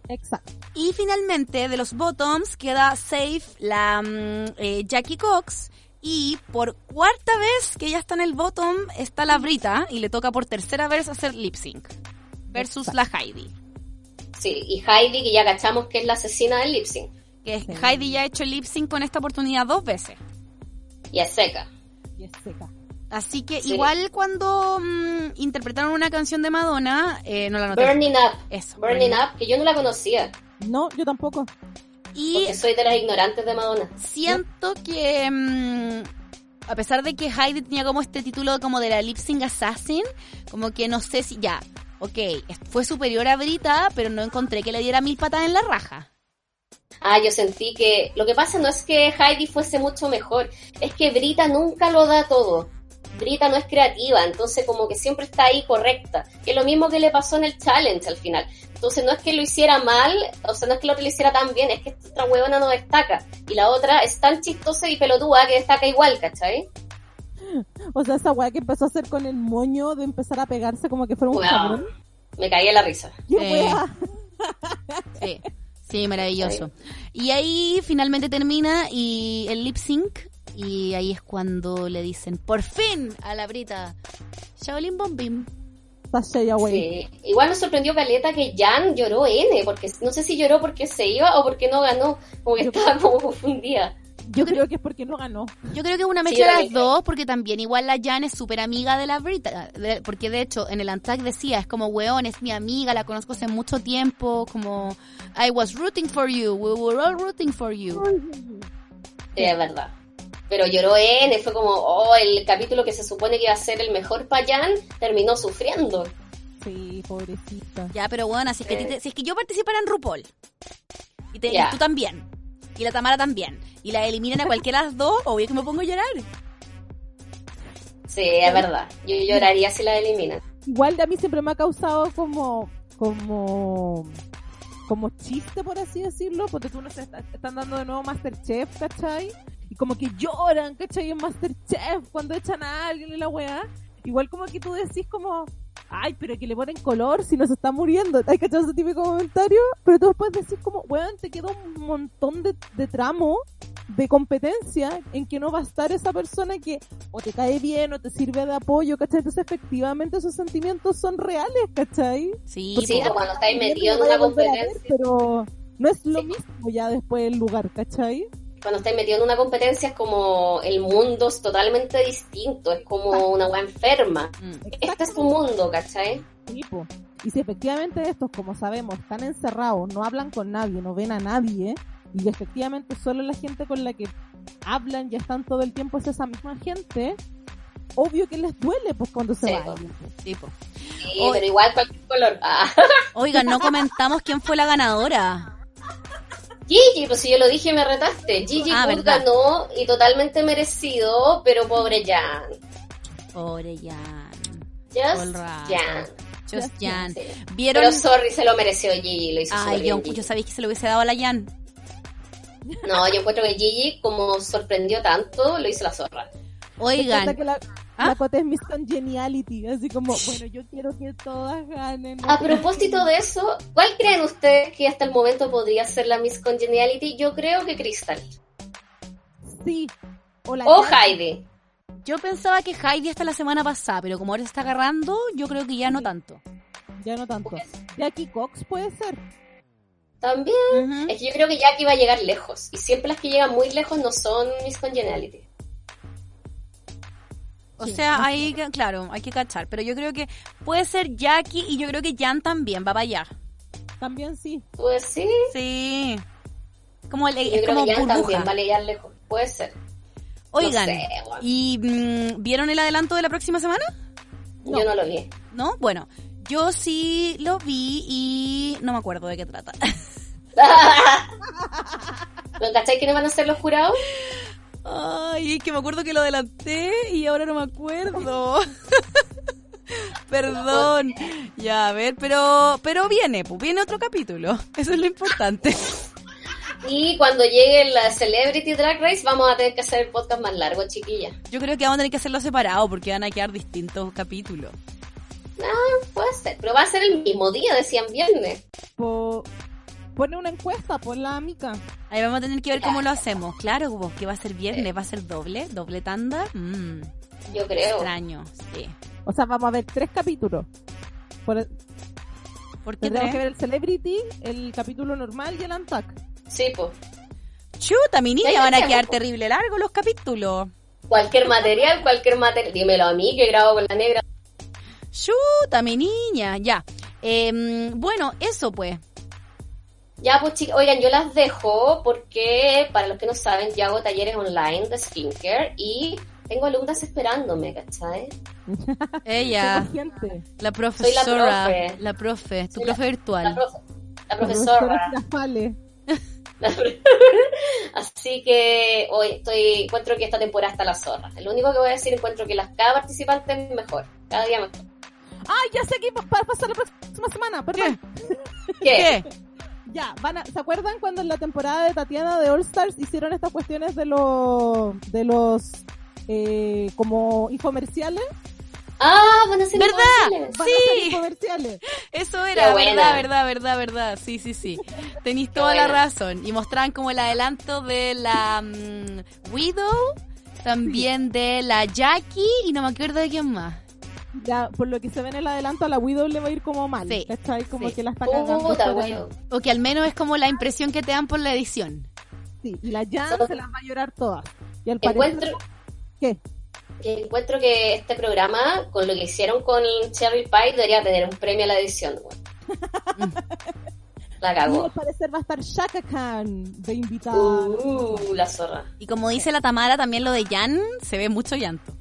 S4: Exacto.
S2: Y finalmente, de los bottoms, queda safe la mm, eh, Jackie Cox. Y por cuarta vez que ya está en el bottom, está la Brita. Y le toca por tercera vez hacer lip sync. Versus la Heidi.
S3: Sí, y Heidi, que ya cachamos que es la asesina del lip sync.
S2: Que Heidi ya ha hecho lip sync con esta oportunidad dos veces.
S3: Y es seca.
S4: Y es seca.
S2: Así que
S3: Sí.
S2: igual cuando mm, interpretaron una canción de Madonna, eh, no la noté.
S3: Burning Up.
S2: Eso,
S3: Burning
S2: Burning
S3: Up, que yo no la conocía,
S4: No, yo tampoco.
S2: Y
S3: porque soy de las ignorantes de Madonna.
S2: siento que mm, a pesar de que Heidi tenía como este título como de la lip sync assassin, como que no sé si ya, ok, es- fue superior a Brita, pero no encontré que le diera mil patadas en la raja.
S3: Ah, yo sentí que lo que pasa no es que Heidi fuese mucho mejor, es que Brita nunca lo da todo. Brita no es creativa, entonces como que siempre está ahí correcta, que es lo mismo que le pasó en el challenge al final. Entonces no es que lo hiciera mal, o sea, no es que lo que lo hiciera tan bien, es que esta otra huevona no destaca. Y la otra es tan chistosa y pelotuda que destaca igual, ¿cachai?
S4: O sea, esa weá que empezó a hacer con el moño de empezar a pegarse como que fuera un
S3: Wow.
S4: cabrón.
S3: Me caí en la risa.
S4: ¡Qué
S2: Sí.
S4: weá!
S2: Sí, sí, maravilloso. Y ahí finalmente termina y el lip sync y ahí es cuando le dicen por fin a la Brita, Shaolin Bombim.
S4: Sashay away.
S3: Sí. Igual me sorprendió Caleta que Jan lloró N, porque no sé si lloró porque se iba o porque no ganó, como que
S4: Yo-
S3: estaba como confundida.
S4: Yo creo que es porque no ganó.
S2: Yo creo que es una
S3: Sí,
S2: mezcla
S3: yo
S2: de las
S3: también
S2: dos, porque también igual la Jan es súper amiga de la Brita, de- porque de hecho en el Antac decía, es como, weón, es mi amiga, la conozco hace mucho tiempo, como, I was rooting for you, we were all rooting for you.
S3: Sí, es verdad. Pero lloró N, fue como, oh, el capítulo que se supone que iba a ser el mejor para Jan terminó sufriendo.
S4: Sí, pobrecita.
S2: Ya, pero bueno, así que a ti te- si es que yo participara en RuPaul, y, te, y
S3: Ya.
S2: tú también, y la Tamara también, y la eliminan a cualquiera de las dos, obvio que me pongo a llorar.
S3: Sí, es verdad. Yo lloraría si la eliminan.
S4: Igual de a mí siempre me ha causado como, como, como chiste, por así decirlo, porque tú no sé, está- están dando de nuevo Masterchef, ¿cachai? Y como que lloran, ¿cachai? En Masterchef cuando echan a alguien y la weá. Igual como que tú decís como, ay, pero que le ponen color si no se está muriendo. ¿Hay cachado ese típico comentario? Pero tú después decís como, weón, te queda un montón de, de tramo de competencia en que no va a estar esa persona que o te cae bien o te sirve de apoyo, ¿cachai? Entonces efectivamente esos sentimientos son reales, ¿cachai?
S2: Sí,
S3: Pues sí,
S2: po.
S3: o cuando estáis metido en
S4: Vaya
S3: una
S4: a volver a ver,
S3: competencia,
S4: pero no es lo mismo ya después del lugar, ¿cachai?
S3: cuando estáis metido en una competencia es como el mundo es totalmente distinto, es como una weá enferma.
S2: Mm.
S3: Este es tu mundo, ¿cachai?
S4: Tipo. Y si efectivamente estos, como sabemos, están encerrados, no hablan con nadie, no ven a nadie, y efectivamente solo la gente con la que hablan ya están todo el tiempo es esa misma gente, obvio que les duele pues cuando se
S3: Sí,
S4: van.
S3: pues.
S2: Sí, po.
S3: Sí,
S2: Oy.
S3: pero igual cualquier color. Ah,
S2: Oigan, no comentamos quién fue la ganadora.
S3: Gigi, pues si yo lo dije me retaste. Gigi
S2: Ah,
S3: Good
S2: verdad.
S3: ganó y totalmente merecido, pero pobre Jan.
S2: Orellana. All
S3: Just
S2: right.
S3: Jan.
S2: Just Jan.
S3: Sí.
S2: ¿Vieron?
S3: Pero sorry, se lo mereció Gigi, lo hizo súper
S2: Ay,
S3: bien
S2: yo,
S3: Gigi.
S2: yo sabía que se lo hubiese dado a la Jan.
S3: No, yo encuentro que Gigi, como sorprendió tanto, lo hizo la zorra.
S4: Me encanta
S2: Oigan,
S4: que la,
S2: ¿Ah?
S4: la cuota es Miss Congeniality, así como, bueno, yo quiero que todas ganen. ¿no?
S2: Mm.
S3: A propósito de eso, ¿cuál creen ustedes que hasta el momento podría ser la Miss Congeniality? Yo creo que Crystal.
S4: Sí. O, la
S3: O
S4: Jan-
S3: Heidi.
S2: yo pensaba que Heidi hasta la semana pasada, pero como ahora se está agarrando, yo creo que ya no tanto.
S4: Ya no tanto. Jackie Cox puede ser.
S3: También.
S2: Ujú.
S3: Es que yo creo que Jackie va a llegar lejos. Y siempre las que llegan muy lejos no son Miss Congeniality.
S2: O sea, hay que, claro, hay que cachar. Pero yo creo que puede ser Jackie y yo creo que Jan también va para allá.
S4: También sí.
S3: Pues sí.
S2: Sí. Como el,
S3: Yo
S2: es
S3: creo
S2: como
S3: que Jan
S2: burbuja.
S3: también va a llegar lejos. Puede ser.
S2: Oigan,
S3: No sé, bueno.
S2: ¿y mm, vieron el adelanto de la próxima semana?
S3: Yo no lo vi.
S2: ¿No? Bueno, yo sí lo vi y no me acuerdo de qué trata.
S3: ¿No cacháis quiénes van a ser los jurados?
S2: Ay, es que me acuerdo que lo adelanté y ahora no me acuerdo. Perdón. Ya, a ver, pero pero viene, pues viene otro capítulo. Eso es lo importante.
S3: Y cuando llegue la Celebrity Drag Race, vamos a tener que hacer el podcast más largo, chiquilla.
S2: Yo creo que vamos a tener que hacerlo separado porque van a quedar distintos capítulos.
S3: Puede ser, pero va a ser el mismo día, decían viernes.
S4: Po- Pone una encuesta por la mica.
S2: Ahí vamos a tener que ver cómo lo hacemos. Claro, vos, que va a ser viernes, va a ser doble, doble tanda. Mm,
S3: Yo creo.
S2: extraño, sí.
S4: O sea, vamos a ver tres capítulos. Por el-
S2: ¿Por qué
S4: tendremos
S2: tres?
S4: que ver el Celebrity, el capítulo normal y el Antac.
S3: Sí, pues.
S2: Chuta, mi niña,
S3: Ya, ya,
S2: van a
S3: ya,
S2: quedar
S3: po.
S2: terrible largos los capítulos.
S3: Cualquier material, cualquier material. Dímelo a mí, que grabo con la negra.
S2: Chuta, mi niña, ya. Em, bueno, eso pues.
S3: Ya, pues chicas, oigan, yo las dejo porque, para los que no saben, yo hago talleres online de skincare y tengo alumnas esperándome, ¿cachai?
S2: Ella,
S4: Tengo gente.
S2: la
S3: Soy la
S2: profesora,
S3: profe.
S2: la profe, tu
S3: Soy la-
S2: profe
S3: La,
S2: virtual.
S3: profe- la profesora.
S4: Girafales.
S3: La profe- Así que hoy estoy, encuentro que esta temporada está la zorra. Lo único que voy a decir, encuentro que las, cada participante es mejor, cada día mejor.
S4: Ay, ya sé que va va a pasar la próxima semana, perdón.
S3: ¿Qué?
S2: ¿Qué?
S4: Ya, van a- ¿se acuerdan cuando en la temporada de Tatiana de All Stars hicieron estas cuestiones de los de los eh, como infomerciales?
S3: Ah, van a ser
S2: ¿Verdad?
S3: iguales.
S4: Van
S2: Sí.
S4: a ser infomerciales.
S2: Eso
S3: Qué
S2: era,
S3: buena.
S2: verdad, verdad, verdad, verdad. Sí, sí, sí. Tenéis toda la
S3: buena.
S2: razón. Y mostraban como el adelanto de la mm, Widow, también de la Jackie y no me acuerdo de quién más.
S4: Ya, por lo que se ve en el adelanto a la Widow le va a ir como mal.
S2: Sí,
S4: ¿Cachai? Como
S2: sí.
S4: que la está cagando.
S3: Puta,
S4: por
S3: bueno.
S2: O que al menos es como la impresión que te dan por la edición.
S4: ahí. Sí, y la Jan
S3: Solo-
S4: se las va a llorar todas. Y al parecer,
S3: Encuentro,
S4: ¿qué?
S3: que encuentro que este programa, con lo que hicieron con Cherry Pie, debería tener un premio a la edición. weón. la
S4: Y al
S3: cagó.
S4: parecer va a estar Shaka Khan de invitada.
S3: Uh, la zorra.
S2: Y como dice la Tamara, también lo de Jan, se ve mucho llanto.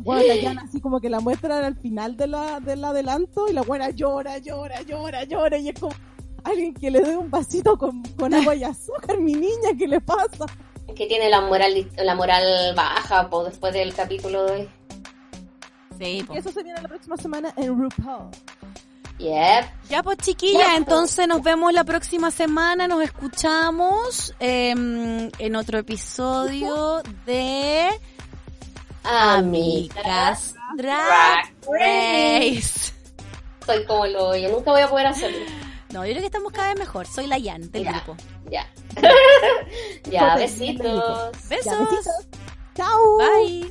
S4: Bueno, la Jan así como que la muestran al final de la, del adelanto y la buena llora, llora, llora, llora y es como alguien que le dé un vasito con, con agua y azúcar, mi niña, ¿qué le pasa?
S3: que tiene la moral la moral baja po, después del capítulo de hoy.
S2: Sí,
S4: Y eso se viene la próxima semana en RuPaul.
S3: Yep.
S2: Ya pues
S3: Ya,
S2: chiquilla,
S3: pues.
S2: entonces nos vemos la próxima semana, nos escuchamos eh, en otro episodio de Amigas Drag Race.
S3: Soy como lo yo nunca voy a poder hacerlo.
S2: No, yo creo que estamos cada vez mejor. Soy la Yan del
S3: Ya.
S2: grupo.
S3: Ya. ya,
S4: Total,
S3: besitos.
S4: Ya,
S2: Besos.
S4: besitos. ¡Chao!
S2: Bye.